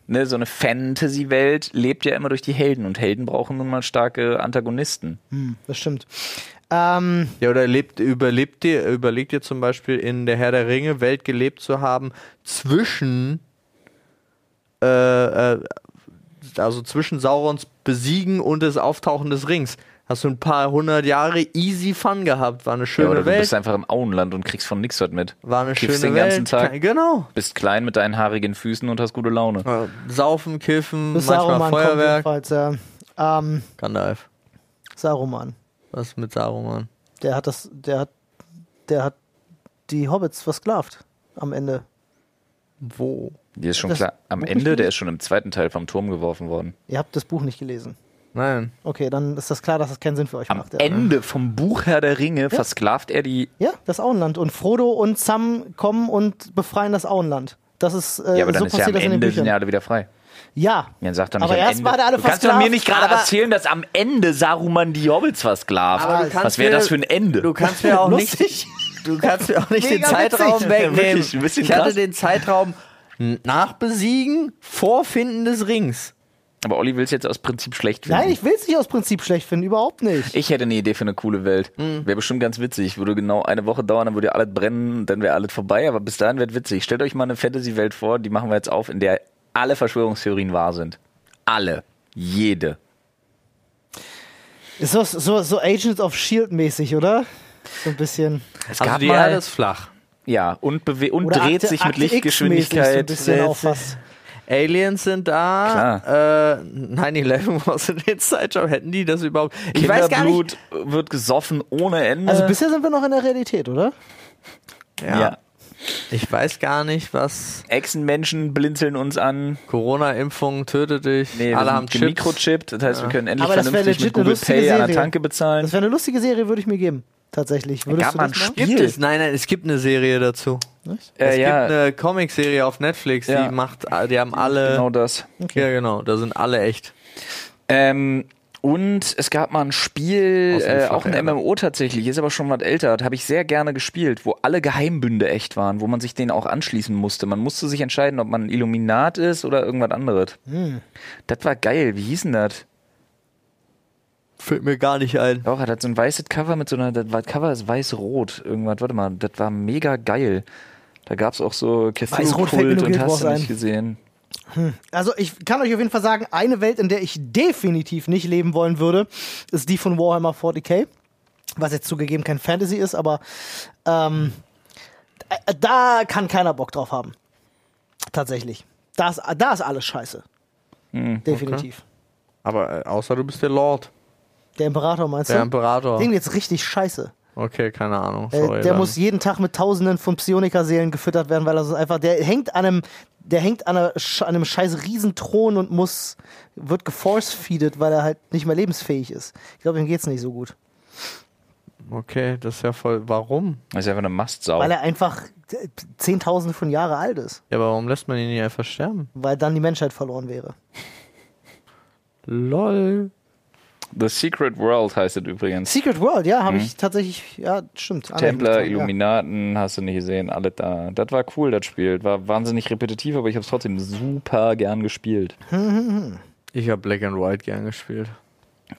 Speaker 3: ne, so eine Fantasy-Welt lebt ja immer durch die Helden und Helden brauchen nun mal starke Antagonisten.
Speaker 2: das stimmt. Ähm,
Speaker 5: Ja, oder lebt, überlebt dir, überlegt dir zum Beispiel in der Herr der Ringe Welt gelebt zu haben, zwischen äh, äh, also zwischen Saurons Besiegen und des Auftauchen des Rings. Hast du ein paar hundert Jahre easy Fun gehabt, war eine
Speaker 3: Ja,
Speaker 5: schöne
Speaker 3: oder du bist
Speaker 5: Welt,
Speaker 3: einfach im Auenland und kriegst von nix was mit.
Speaker 5: war eine
Speaker 3: kiffst den
Speaker 5: schöne Welt.
Speaker 3: ganzen Tag.
Speaker 5: Kein- Genau.
Speaker 3: Bist klein mit deinen haarigen Füßen und hast gute Laune.
Speaker 5: Äh, Saufen, kiffen,
Speaker 2: bis
Speaker 5: manchmal
Speaker 2: Saruman
Speaker 5: Feuerwerk.
Speaker 2: kommt jedenfalls. Ja. Ähm,
Speaker 5: Gandalf.
Speaker 2: Saruman,
Speaker 5: Was ist mit Saruman?
Speaker 2: der hat das, der hat, der hat die Hobbits versklavt am Ende.
Speaker 5: Wo?
Speaker 3: Dir ist schon
Speaker 2: Das
Speaker 3: klar, am
Speaker 2: Buch
Speaker 3: Ende,
Speaker 2: nicht
Speaker 3: der ist schon im zweiten Teil vom Turm geworfen worden.
Speaker 2: Ihr habt das Buch nicht gelesen.
Speaker 5: Nein.
Speaker 2: Okay, dann ist das klar, dass das keinen Sinn für euch
Speaker 3: Am
Speaker 2: macht. ja.
Speaker 3: Ende vom Buch Herr der Ringe versklavt er die.
Speaker 2: Ja, das Auenland. Und Frodo und Sam kommen und befreien das Auenland. Das ist äh,
Speaker 3: Ja, aber dann
Speaker 2: so
Speaker 3: ist ja
Speaker 2: passiert
Speaker 3: am
Speaker 2: das in den
Speaker 3: Ende sind
Speaker 2: Büchern.
Speaker 3: ja alle wieder frei.
Speaker 2: ja.
Speaker 3: Ja, Dann sagt doch nicht
Speaker 2: aber
Speaker 3: am
Speaker 2: erst
Speaker 3: Ende.
Speaker 2: war der alle
Speaker 3: du kannst doch mir
Speaker 2: versklavt,
Speaker 3: nicht gerade
Speaker 2: aber-
Speaker 3: erzählen, dass am Ende Saruman die Hobbits versklavt.
Speaker 5: Aber du kannst
Speaker 3: Was wäre
Speaker 5: mir-
Speaker 3: das für ein Ende?
Speaker 5: Du kannst mir auch
Speaker 2: Lustig.
Speaker 5: nicht, du kannst mir auch nicht den
Speaker 2: Mega
Speaker 5: Zeitraum
Speaker 2: witzig.
Speaker 5: wegnehmen.
Speaker 3: Wirklich, ein bisschen
Speaker 5: ich hatte
Speaker 3: krass.
Speaker 5: den Zeitraum nach Besiegen, Vorfinden des Rings.
Speaker 3: Aber Olli will es jetzt aus Prinzip schlecht finden.
Speaker 2: Nein, ich will es nicht aus Prinzip schlecht finden, überhaupt nicht.
Speaker 3: Ich hätte eine Idee für eine coole Welt.
Speaker 2: Hm.
Speaker 3: Wäre bestimmt ganz witzig. Würde genau eine Woche dauern, dann würde ja alles brennen, dann wäre alles vorbei. Aber bis dahin wird witzig. Stellt euch mal eine Fantasy-Welt vor, die machen wir jetzt auf, in der alle Verschwörungstheorien wahr sind. Alle. Jede.
Speaker 2: Ist so, so, so Agents of Shield E mäßig, oder? So ein bisschen.
Speaker 3: Es
Speaker 5: Also
Speaker 3: gab
Speaker 5: die
Speaker 3: mal-
Speaker 5: Erde ist flach.
Speaker 3: ja, und, bewe- und
Speaker 2: Oder
Speaker 3: dreht
Speaker 2: Akte-
Speaker 3: sich mit
Speaker 2: Akte X-mäßig
Speaker 3: Lichtgeschwindigkeit.
Speaker 2: So ein bisschen
Speaker 3: Dreht-
Speaker 2: auch fast.
Speaker 5: Aliens sind da. Äh, 9-11 was in den Zeitjob. Hätten die das überhaupt? Ich weiß gar nicht.
Speaker 3: Kinderblut wird gesoffen ohne Ende.
Speaker 2: Also bisher sind wir noch in der Realität, oder?
Speaker 3: ja. ja.
Speaker 5: Ich weiß gar nicht, was.
Speaker 3: Echsenmenschen blinzeln uns an.
Speaker 5: Corona-Impfung tötet dich.
Speaker 3: Nee,
Speaker 5: Alle haben Chips.
Speaker 3: Mikrochipped. Das heißt, wir können endlich
Speaker 2: Aber das wäre
Speaker 3: vernünftig mit
Speaker 2: legit eine
Speaker 3: Google
Speaker 2: lustige
Speaker 3: Pay an der
Speaker 2: Serie.
Speaker 3: Tanke bezahlen.
Speaker 2: Das wäre eine lustige Serie, würde ich mir geben. Tatsächlich. Würdest
Speaker 3: gab
Speaker 2: du
Speaker 3: mal
Speaker 2: das
Speaker 3: ein
Speaker 2: machen?
Speaker 5: Gibt
Speaker 3: Spiel.
Speaker 5: es? Nein, nein, es gibt eine Serie dazu. es
Speaker 3: Äh, ja,
Speaker 5: gibt eine Comicserie auf Netflix,
Speaker 3: Ja.
Speaker 5: die macht, die haben
Speaker 2: äh,
Speaker 5: alle.
Speaker 3: genau das.
Speaker 5: Ja, genau, da sind alle echt.
Speaker 3: Ähm, und es gab mal ein Spiel,
Speaker 5: Aus dem
Speaker 3: äh,
Speaker 5: Flach,
Speaker 3: auch ein
Speaker 5: ja.
Speaker 3: MMO tatsächlich, ist aber schon was älter, das habe ich sehr gerne gespielt, wo alle Geheimbünde echt waren, wo man sich denen auch anschließen musste. Man musste sich entscheiden, ob man ein Illuminat ist oder irgendwas anderes.
Speaker 2: Hm.
Speaker 3: Das war geil, wie hieß denn das?
Speaker 5: Fällt mir gar nicht ein.
Speaker 3: Doch, hat das so ein weißes Cover mit so einer, das war- Cover ist weiß-rot, irgendwas, warte mal, das war mega geil. Da gab's auch so
Speaker 2: Weiß-rot fällt mir
Speaker 3: Cthulhu-Kult
Speaker 2: nur
Speaker 3: und
Speaker 2: Guild
Speaker 3: hast
Speaker 2: Wars
Speaker 3: du nicht
Speaker 2: ein.
Speaker 3: gesehen.
Speaker 2: Also ich kann euch auf jeden Fall sagen, eine Welt, in der ich definitiv nicht leben wollen würde, ist die von Warhammer 40k. Was jetzt zugegeben kein Fantasy ist, aber ähm, äh, da kann keiner Bock drauf haben. Tatsächlich. Da ist, da ist alles scheiße.
Speaker 3: Hm,
Speaker 2: Definitiv.
Speaker 5: Aber äh, außer du bist der Lord,
Speaker 2: Der Imperator meinst
Speaker 5: der
Speaker 2: du?
Speaker 5: Imperator.
Speaker 2: Dem geht's richtig scheiße.
Speaker 5: Okay, keine Ahnung.
Speaker 2: Äh,
Speaker 5: Sorry,
Speaker 2: der
Speaker 5: dann.
Speaker 2: muss jeden Tag mit Tausenden von Psioniker-Seelen gefüttert werden, weil er sonst einfach, der hängt an einem, der hängt an, einer, Sch- an einem scheiß Riesenthron und muss, wird geforce-feedet, weil er halt nicht mehr lebensfähig ist. Ich glaube, ihm geht's nicht so gut.
Speaker 5: Okay, das ist ja voll. Warum?
Speaker 3: Das ist einfach eine Mastsau.
Speaker 2: Weil er einfach äh, Zehntausende von Jahre alt ist,
Speaker 5: Ja, aber warum lässt man ihn nicht einfach sterben?
Speaker 2: weil dann die Menschheit verloren wäre.
Speaker 5: Lol.
Speaker 3: The Secret World heißt es übrigens.
Speaker 2: Secret World, ja,
Speaker 5: Mhm.
Speaker 2: habe ich tatsächlich, Ah, ja, stimmt.
Speaker 3: Templer,
Speaker 2: Illuminati.
Speaker 3: Illuminaten, hast du nicht gesehen, alle da. Das war cool, das Spiel. Das War wahnsinnig repetitiv, aber ich habe es trotzdem super gern gespielt.
Speaker 5: Ich habe Black and White gern gespielt.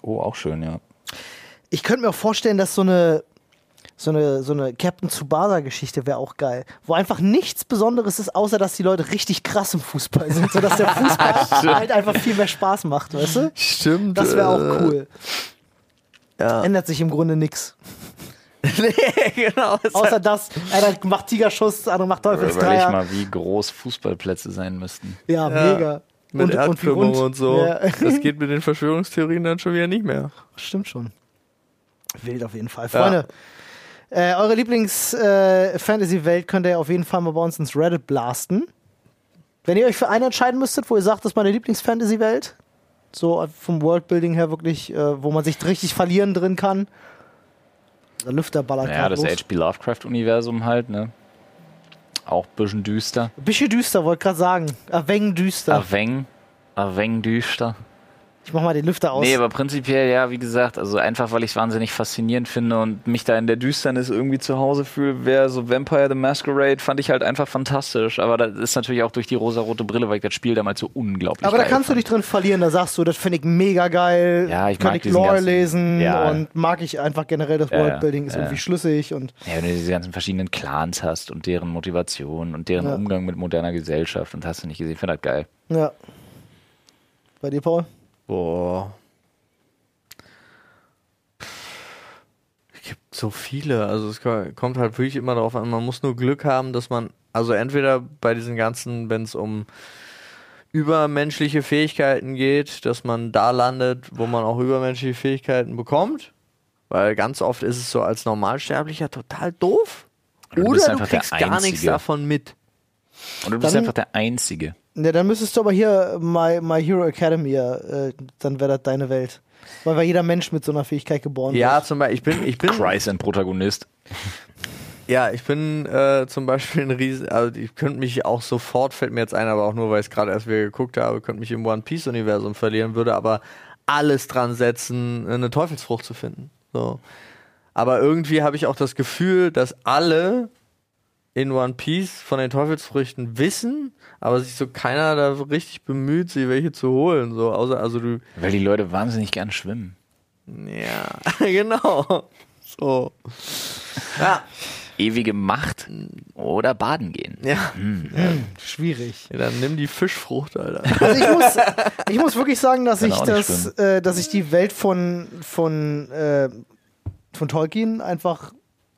Speaker 3: Oh, auch schön, ja.
Speaker 2: Ich könnte mir auch vorstellen, dass so eine so eine, so eine Captain Tsubasa-Geschichte wäre auch geil. Wo einfach nichts Besonderes ist, außer dass die Leute richtig krass im Fußball sind, sodass der Fußball halt einfach viel mehr Spaß macht, weißt du?
Speaker 5: Stimmt.
Speaker 2: Das wäre auch cool.
Speaker 5: ja.
Speaker 2: Ändert sich im Grunde nichts.
Speaker 5: nee, genau. es
Speaker 2: Außer dass einer macht Tigerschuss, der andere macht
Speaker 3: Überleg
Speaker 2: Teufelsdreier.
Speaker 3: mal, wie groß Fußballplätze sein müssten.
Speaker 2: Ja,
Speaker 5: Ja.
Speaker 2: mega.
Speaker 5: Mit
Speaker 2: wie
Speaker 5: Erdkrümmung und,
Speaker 2: rund.
Speaker 5: so.
Speaker 2: Ja.
Speaker 5: Das geht mit den Verschwörungstheorien dann schon wieder nicht mehr.
Speaker 2: Stimmt schon. Wild auf jeden Fall.
Speaker 5: Ja.
Speaker 2: Freunde, äh, eure Lieblings-Fantasy-Welt könnt ihr auf jeden Fall mal bei uns ins Reddit blasten. Wenn ihr euch für eine entscheiden müsstet, wo ihr sagt, das ist meine Lieblings-Fantasy-Welt, so vom Worldbuilding her wirklich, äh, wo man sich richtig verlieren drin kann. Der Lüfter ballert
Speaker 3: Naja,
Speaker 2: grad
Speaker 3: das
Speaker 2: los.
Speaker 3: H.P. Lovecraft-Universum halt, ne? Auch ein bisschen düster.
Speaker 2: Bisschen düster, wollte gerade sagen. Erwäng düster.
Speaker 3: Aveng. Aveng düster.
Speaker 2: Ich mach mal den Lüfter aus.
Speaker 3: Nee, aber prinzipiell ja, wie gesagt, also einfach, weil ich es wahnsinnig faszinierend finde und mich da in der Düsternis irgendwie zu Hause fühle, wäre so Vampire the Masquerade, fand ich halt einfach fantastisch. Aber das ist natürlich auch durch die rosarote Brille, weil ich das Spiel damals so unglaublich
Speaker 2: Aber da
Speaker 3: geil
Speaker 2: kannst du
Speaker 3: fand.
Speaker 2: dich drin verlieren, da sagst du, das finde ich mega geil.
Speaker 3: Ja, ich
Speaker 2: kann
Speaker 3: mag
Speaker 2: ich
Speaker 3: diesen
Speaker 2: Lore
Speaker 3: ganzen-
Speaker 2: lesen
Speaker 3: Ja.
Speaker 2: und mag ich einfach generell das
Speaker 3: Ja, ja.
Speaker 2: Worldbuilding, ist
Speaker 3: Ja,
Speaker 2: irgendwie
Speaker 3: ja.
Speaker 2: schlüssig und
Speaker 3: Ja, wenn du diese ganzen verschiedenen Clans hast und deren Motivation und deren
Speaker 2: Ja.
Speaker 3: Umgang mit moderner Gesellschaft und hast du nicht gesehen, finde das geil.
Speaker 2: ja. Bei dir, Paul?
Speaker 5: Boah. Es gibt so viele. Also es ko- kommt halt wirklich immer darauf an, man muss nur Glück haben, dass man, also entweder bei diesen ganzen, wenn es um übermenschliche Fähigkeiten geht, dass man da landet, wo man auch übermenschliche Fähigkeiten bekommt. Weil ganz oft ist es so als Normalsterblicher total doof.
Speaker 3: Du bist
Speaker 5: Oder du
Speaker 3: einfach der
Speaker 5: kriegst gar nichts
Speaker 3: Einzige.
Speaker 5: davon mit.
Speaker 3: Und du bist
Speaker 2: Dann-
Speaker 3: einfach der Einzige.
Speaker 2: Ne, dann müsstest du aber hier My, My Hero Academy, äh, dann wäre das deine Welt. Weil weil jeder Mensch mit so einer Fähigkeit geboren
Speaker 5: Ja,
Speaker 2: wird.
Speaker 5: zum Beispiel, ich bin, ich bin
Speaker 3: Christ ein Protagonist.
Speaker 5: Ja, ich bin äh, zum Beispiel ein Riesen, also ich könnte mich auch sofort, fällt mir jetzt ein, aber auch nur, weil ich es gerade erst wieder geguckt habe, könnte mich im One Piece-Universum verlieren, würde aber alles dran setzen, eine Teufelsfrucht zu finden. So. Aber irgendwie habe ich auch das Gefühl, dass alle in One Piece von den Teufelsfrüchten wissen, aber sich so keiner da richtig bemüht, sie welche zu holen. So, außer, also du.
Speaker 3: Weil die Leute wahnsinnig gern schwimmen.
Speaker 5: Ja, genau. So. Ja.
Speaker 3: Ewige Macht oder baden gehen.
Speaker 5: Ja.
Speaker 2: Schwierig.
Speaker 5: ja. Dann nimm die Fischfrucht, Alter.
Speaker 2: Also ich muss, ich muss wirklich sagen, dass
Speaker 3: Kann
Speaker 2: ich
Speaker 3: auch nicht
Speaker 2: das, äh, dass ich die Welt von von äh, von Tolkien einfach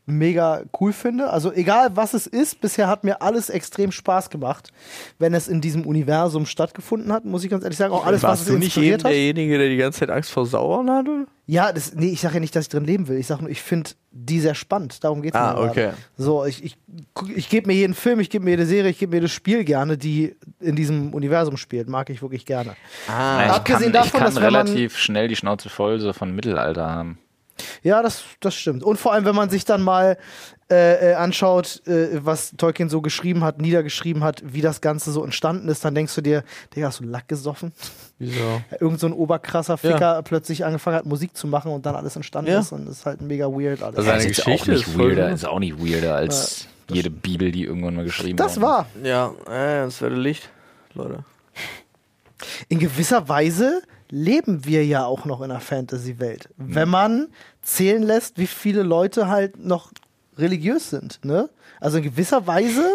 Speaker 2: mega cool finde. Also egal was es ist, bisher hat mir alles extrem Spaß gemacht, wenn es in diesem Universum stattgefunden hat, muss ich ganz ehrlich sagen. Auch alles, was
Speaker 5: Warst
Speaker 2: es
Speaker 5: du nicht eben
Speaker 2: inspiriert hat.
Speaker 5: derjenige, der die ganze Zeit Angst vor Sauern hatte?
Speaker 2: Ja, das, nee, ich sage ja nicht, dass ich drin leben will. Ich sage nur, ich finde die sehr spannend. Darum geht es mir.
Speaker 5: Ah,
Speaker 2: gerade.
Speaker 5: okay.
Speaker 2: So, ich, ich, guck- ich gebe mir jeden Film, ich gebe mir jede Serie, ich gebe mir jedes Spiel gerne, die in diesem Universum spielt. Mag ich wirklich gerne.
Speaker 5: Ah.
Speaker 2: ich abgesehen
Speaker 3: kann,
Speaker 2: davon,
Speaker 3: ich kann
Speaker 2: dass wenn man-
Speaker 3: relativ schnell die Schnauze voll so von Mittelalter haben.
Speaker 2: Ja, das, das stimmt. Und vor allem, wenn man sich dann mal äh, äh, anschaut, äh, was Tolkien so geschrieben hat, niedergeschrieben hat, wie das Ganze so entstanden ist, dann denkst du dir, Digga, hast du Lack gesoffen?
Speaker 5: Wieso?
Speaker 2: Irgend so ein oberkrasser Ficker plötzlich angefangen hat, Musik zu machen und dann alles entstanden
Speaker 5: Ja.
Speaker 2: ist und ist halt mega weird alles.
Speaker 5: Also- Seine
Speaker 3: ist jetzt
Speaker 5: Geschichte
Speaker 3: auch nicht
Speaker 5: ist voll
Speaker 3: weirder,
Speaker 5: gut.
Speaker 3: ist auch nicht weirder als jede Bibel, die irgendwann mal geschrieben
Speaker 2: das
Speaker 3: worden
Speaker 2: war
Speaker 5: Ja, äh, das wäre Licht, Leute.
Speaker 2: in gewisser Weise leben wir ja auch noch in einer Fantasy-Welt. Wenn man zählen lässt, wie viele Leute halt noch religiös sind. Ne? Also in gewisser Weise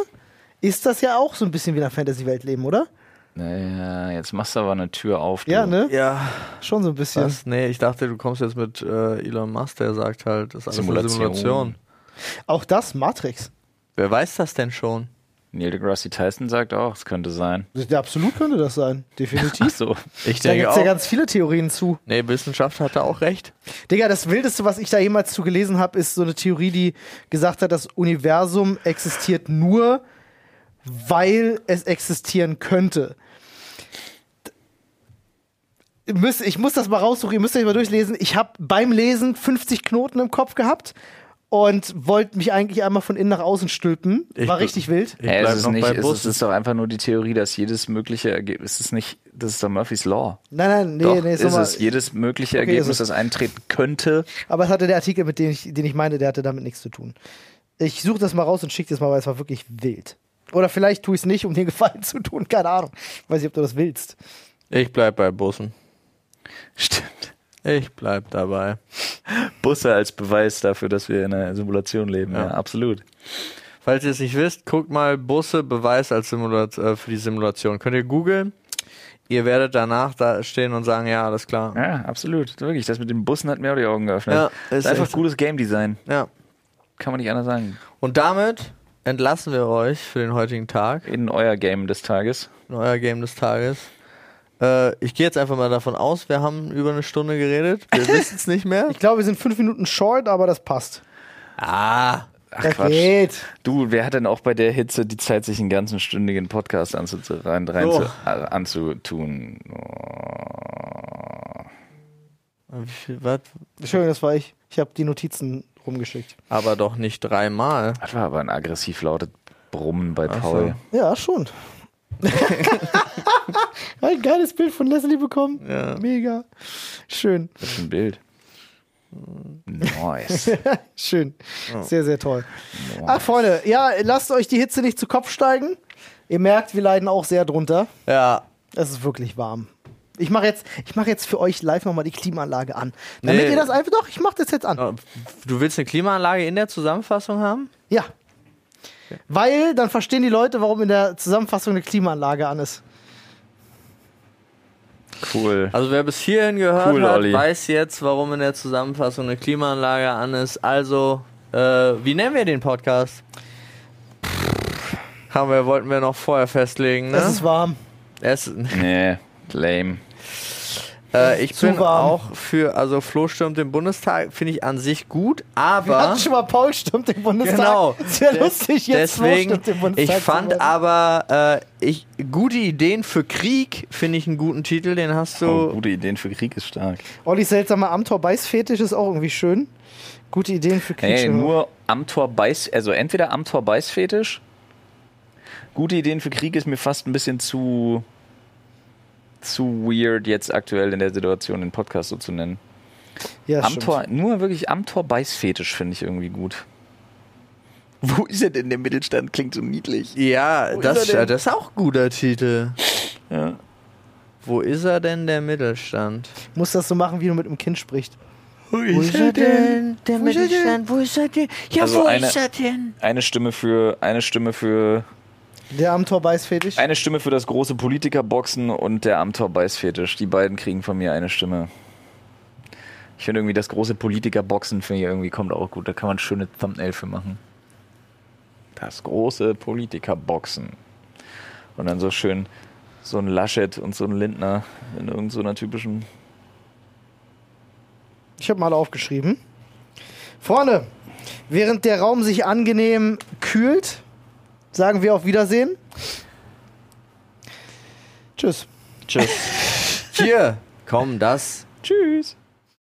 Speaker 2: ist das ja auch so ein bisschen wie in einer Fantasy-Welt leben, oder?
Speaker 3: Naja, jetzt machst du aber eine Tür auf. Du.
Speaker 2: Ja, ne?
Speaker 5: Genau. Ja,
Speaker 2: Schon so ein bisschen.
Speaker 5: was? Nee, ich dachte, du kommst jetzt mit äh, Elon Musk, der sagt halt, das ist alles
Speaker 3: Simulation.
Speaker 5: Simulation. eine Simulation.
Speaker 2: Auch das, Matrix.
Speaker 5: Wer weiß das denn schon?
Speaker 3: Neil deGrasse Tyson sagt auch, es könnte sein.
Speaker 2: Ja, absolut könnte das sein.
Speaker 3: Ach
Speaker 2: Definitiv.
Speaker 3: so.
Speaker 5: Ich
Speaker 2: Da gibt
Speaker 5: denke
Speaker 2: es ja
Speaker 5: auch.
Speaker 2: ganz viele Theorien zu.
Speaker 5: nee, Wissenschaft hatte auch recht.
Speaker 2: Digga, das Wildeste, was ich da jemals zu gelesen habe, ist so eine Theorie, die gesagt hat, das Universum existiert nur, weil es existieren könnte. Ihr müsst- Ich muss das mal raussuchen, ihr müsst euch mal durchlesen. Ich habe beim Lesen 50 Knoten im Kopf gehabt und wollte mich eigentlich einmal von innen nach außen stülpen.
Speaker 5: Ich
Speaker 2: War
Speaker 5: bin-
Speaker 2: richtig wild.
Speaker 5: Ich
Speaker 3: Hä,
Speaker 5: bleib
Speaker 3: es ist
Speaker 5: noch
Speaker 3: nicht,
Speaker 5: bei
Speaker 3: es, ist- es
Speaker 5: Bussen.
Speaker 3: ist doch einfach nur die Theorie, dass jedes mögliche Ergebnis, es ist nicht, das ist doch Murphy's Law.
Speaker 2: Nein, nein, nee,
Speaker 3: doch,
Speaker 2: nee,
Speaker 3: ist
Speaker 2: nochmal-
Speaker 3: es jedes mögliche
Speaker 2: Okay,
Speaker 3: Ergebnis,
Speaker 2: ist
Speaker 3: das eintreten könnte.
Speaker 2: Aber es hatte der Artikel, mit dem ich, den ich meine, der hatte damit nichts zu tun. Ich suche das mal raus und schicke das mal, weil es war wirklich wild. Oder vielleicht tue ich es nicht, um dir Gefallen zu tun. Keine Ahnung. Weiß nicht, ob du das willst.
Speaker 5: Ich bleib bei Bussen.
Speaker 3: Stimmt.
Speaker 5: Ich bleib dabei.
Speaker 3: Busse als Beweis dafür, dass wir in einer Simulation leben. Ja,
Speaker 5: Ja,
Speaker 3: absolut.
Speaker 5: Falls ihr es nicht wisst, guckt mal Busse Beweis als Simulat äh, für die Simulation. Könnt ihr googeln. Ihr werdet danach da stehen und sagen, ja, alles klar.
Speaker 3: Ja, absolut. Wirklich, das mit den Bussen hat mir auch die Augen geöffnet.
Speaker 5: Ja,
Speaker 3: ist
Speaker 5: ist
Speaker 3: einfach
Speaker 5: echt so.
Speaker 3: gutes Game Design.
Speaker 5: Ja.
Speaker 3: Kann man nicht anders sagen.
Speaker 5: Und damit entlassen wir euch für den heutigen Tag,
Speaker 3: In euer Game des Tages.
Speaker 5: in euer Game des Tages. Äh, ich gehe jetzt einfach mal davon aus, wir haben über eine Stunde geredet. Wir wissen es nicht mehr.
Speaker 2: Ich glaube, wir sind fünf Minuten short, aber das passt.
Speaker 5: Ah,
Speaker 3: Ach
Speaker 2: das geht.
Speaker 3: Du, wer hat denn auch bei der Hitze die Zeit, sich einen ganzen stündigen Podcast anzu rein, rein
Speaker 5: Oh.
Speaker 3: zu, äh, anzutun?
Speaker 5: wie viel- wat?
Speaker 2: Schön, das war ich. Ich habe die Notizen rumgeschickt.
Speaker 5: aber doch nicht dreimal.
Speaker 3: Das war aber ein aggressiv lautes Brummen bei
Speaker 5: so.
Speaker 3: Paul.
Speaker 2: Ja, schon. Ein geiles Bild von Leslie bekommen.
Speaker 5: Ja.
Speaker 2: Mega. Schön.
Speaker 3: Was für ein Bild. Nice.
Speaker 2: Schön. Sehr, sehr toll. Ach, Freunde, ja, lasst euch die Hitze nicht zu Kopf steigen. Ihr merkt, wir leiden auch sehr drunter.
Speaker 5: Ja,
Speaker 2: Es ist wirklich warm. Ich mache jetzt, ich mach jetzt für euch live nochmal die Klimaanlage an. Damit
Speaker 5: Nee.
Speaker 2: ihr das einfach. Doch, ich mache das jetzt an.
Speaker 5: Äh, Du willst eine Klimaanlage in der Zusammenfassung haben?
Speaker 2: Ja. Weil dann verstehen die Leute, warum in der Zusammenfassung eine Klimaanlage an ist.
Speaker 3: Cool.
Speaker 5: Also wer bis hierhin gehört
Speaker 3: Cool,
Speaker 5: hat,
Speaker 3: Olli.
Speaker 5: weiß jetzt, warum in der Zusammenfassung eine Klimaanlage an ist. Also, äh, wie nennen wir den Podcast? Haben wir, wollten wir noch vorher festlegen,
Speaker 2: Es ist
Speaker 5: ne?
Speaker 2: warm.
Speaker 5: Es,
Speaker 3: Nee, lame.
Speaker 5: äh, ich
Speaker 2: Zu
Speaker 5: bin
Speaker 2: warm.
Speaker 5: auch für, also Flo stürmt den Bundestag, finde ich an sich gut, aber...
Speaker 2: Hat schon mal Paul stimmt im Bundestag.
Speaker 5: Genau.
Speaker 2: Sehr
Speaker 5: Des-
Speaker 2: lustig jetzt. Flo
Speaker 5: Deswegen,
Speaker 2: stimmt im
Speaker 5: ich
Speaker 2: Bundestag zu
Speaker 5: fand
Speaker 2: werden.
Speaker 5: aber, äh, ich, gute Ideen für Krieg finde ich einen guten Titel, den hast
Speaker 3: Oh,
Speaker 5: du
Speaker 3: gute Ideen für Krieg ist stark.
Speaker 2: Ollis seltsamer Amtor-Beiß-Fetisch ist auch irgendwie schön. Gute Ideen für Krieg.
Speaker 3: Ey, nur Amtor Beiß, also entweder Amtor Beiß Fetisch. Gute Ideen für Krieg ist mir fast ein bisschen zu zu weird jetzt aktuell in der Situation den Podcast so zu nennen.
Speaker 2: ja, stimmt.
Speaker 3: Amtor, nur wirklich Amtor Beiß Fetisch finde ich irgendwie gut. Wo ist er denn der Mittelstand? Klingt so niedlich.
Speaker 5: Ja,
Speaker 3: Wo
Speaker 5: das,
Speaker 3: ist er denn?
Speaker 5: das ist auch ein guter Titel.
Speaker 3: Ja.
Speaker 5: Wo ist er denn, der Mittelstand?
Speaker 2: Muss das so machen, wie du mit einem Kind sprichst.
Speaker 5: Wo
Speaker 2: ist er denn?
Speaker 5: Der
Speaker 2: Wo ist er Mittelstand?
Speaker 5: Wo ist er denn? Ja,
Speaker 3: Also wo eine- ist er
Speaker 5: denn?
Speaker 3: Eine Stimme für eine Stimme für
Speaker 2: Der Amtor Beißfetisch.
Speaker 3: eine Stimme für das große Politikerboxen und der Amtor Beiß Fetisch. Die beiden kriegen von mir eine Stimme. Ich finde irgendwie das große Politikerboxen finde ich irgendwie kommt auch gut. Da kann man schöne Thumbnail für machen. Das große Politikerboxen. Und dann so schön so ein Laschet und so ein Lindner in irgendeiner typischen.
Speaker 2: Ich habe mal aufgeschrieben. Freunde, während der Raum sich angenehm kühlt, sagen wir auf Wiedersehen. Tschüss.
Speaker 5: Tschüss. Hier, komm, das.
Speaker 3: Tschüss.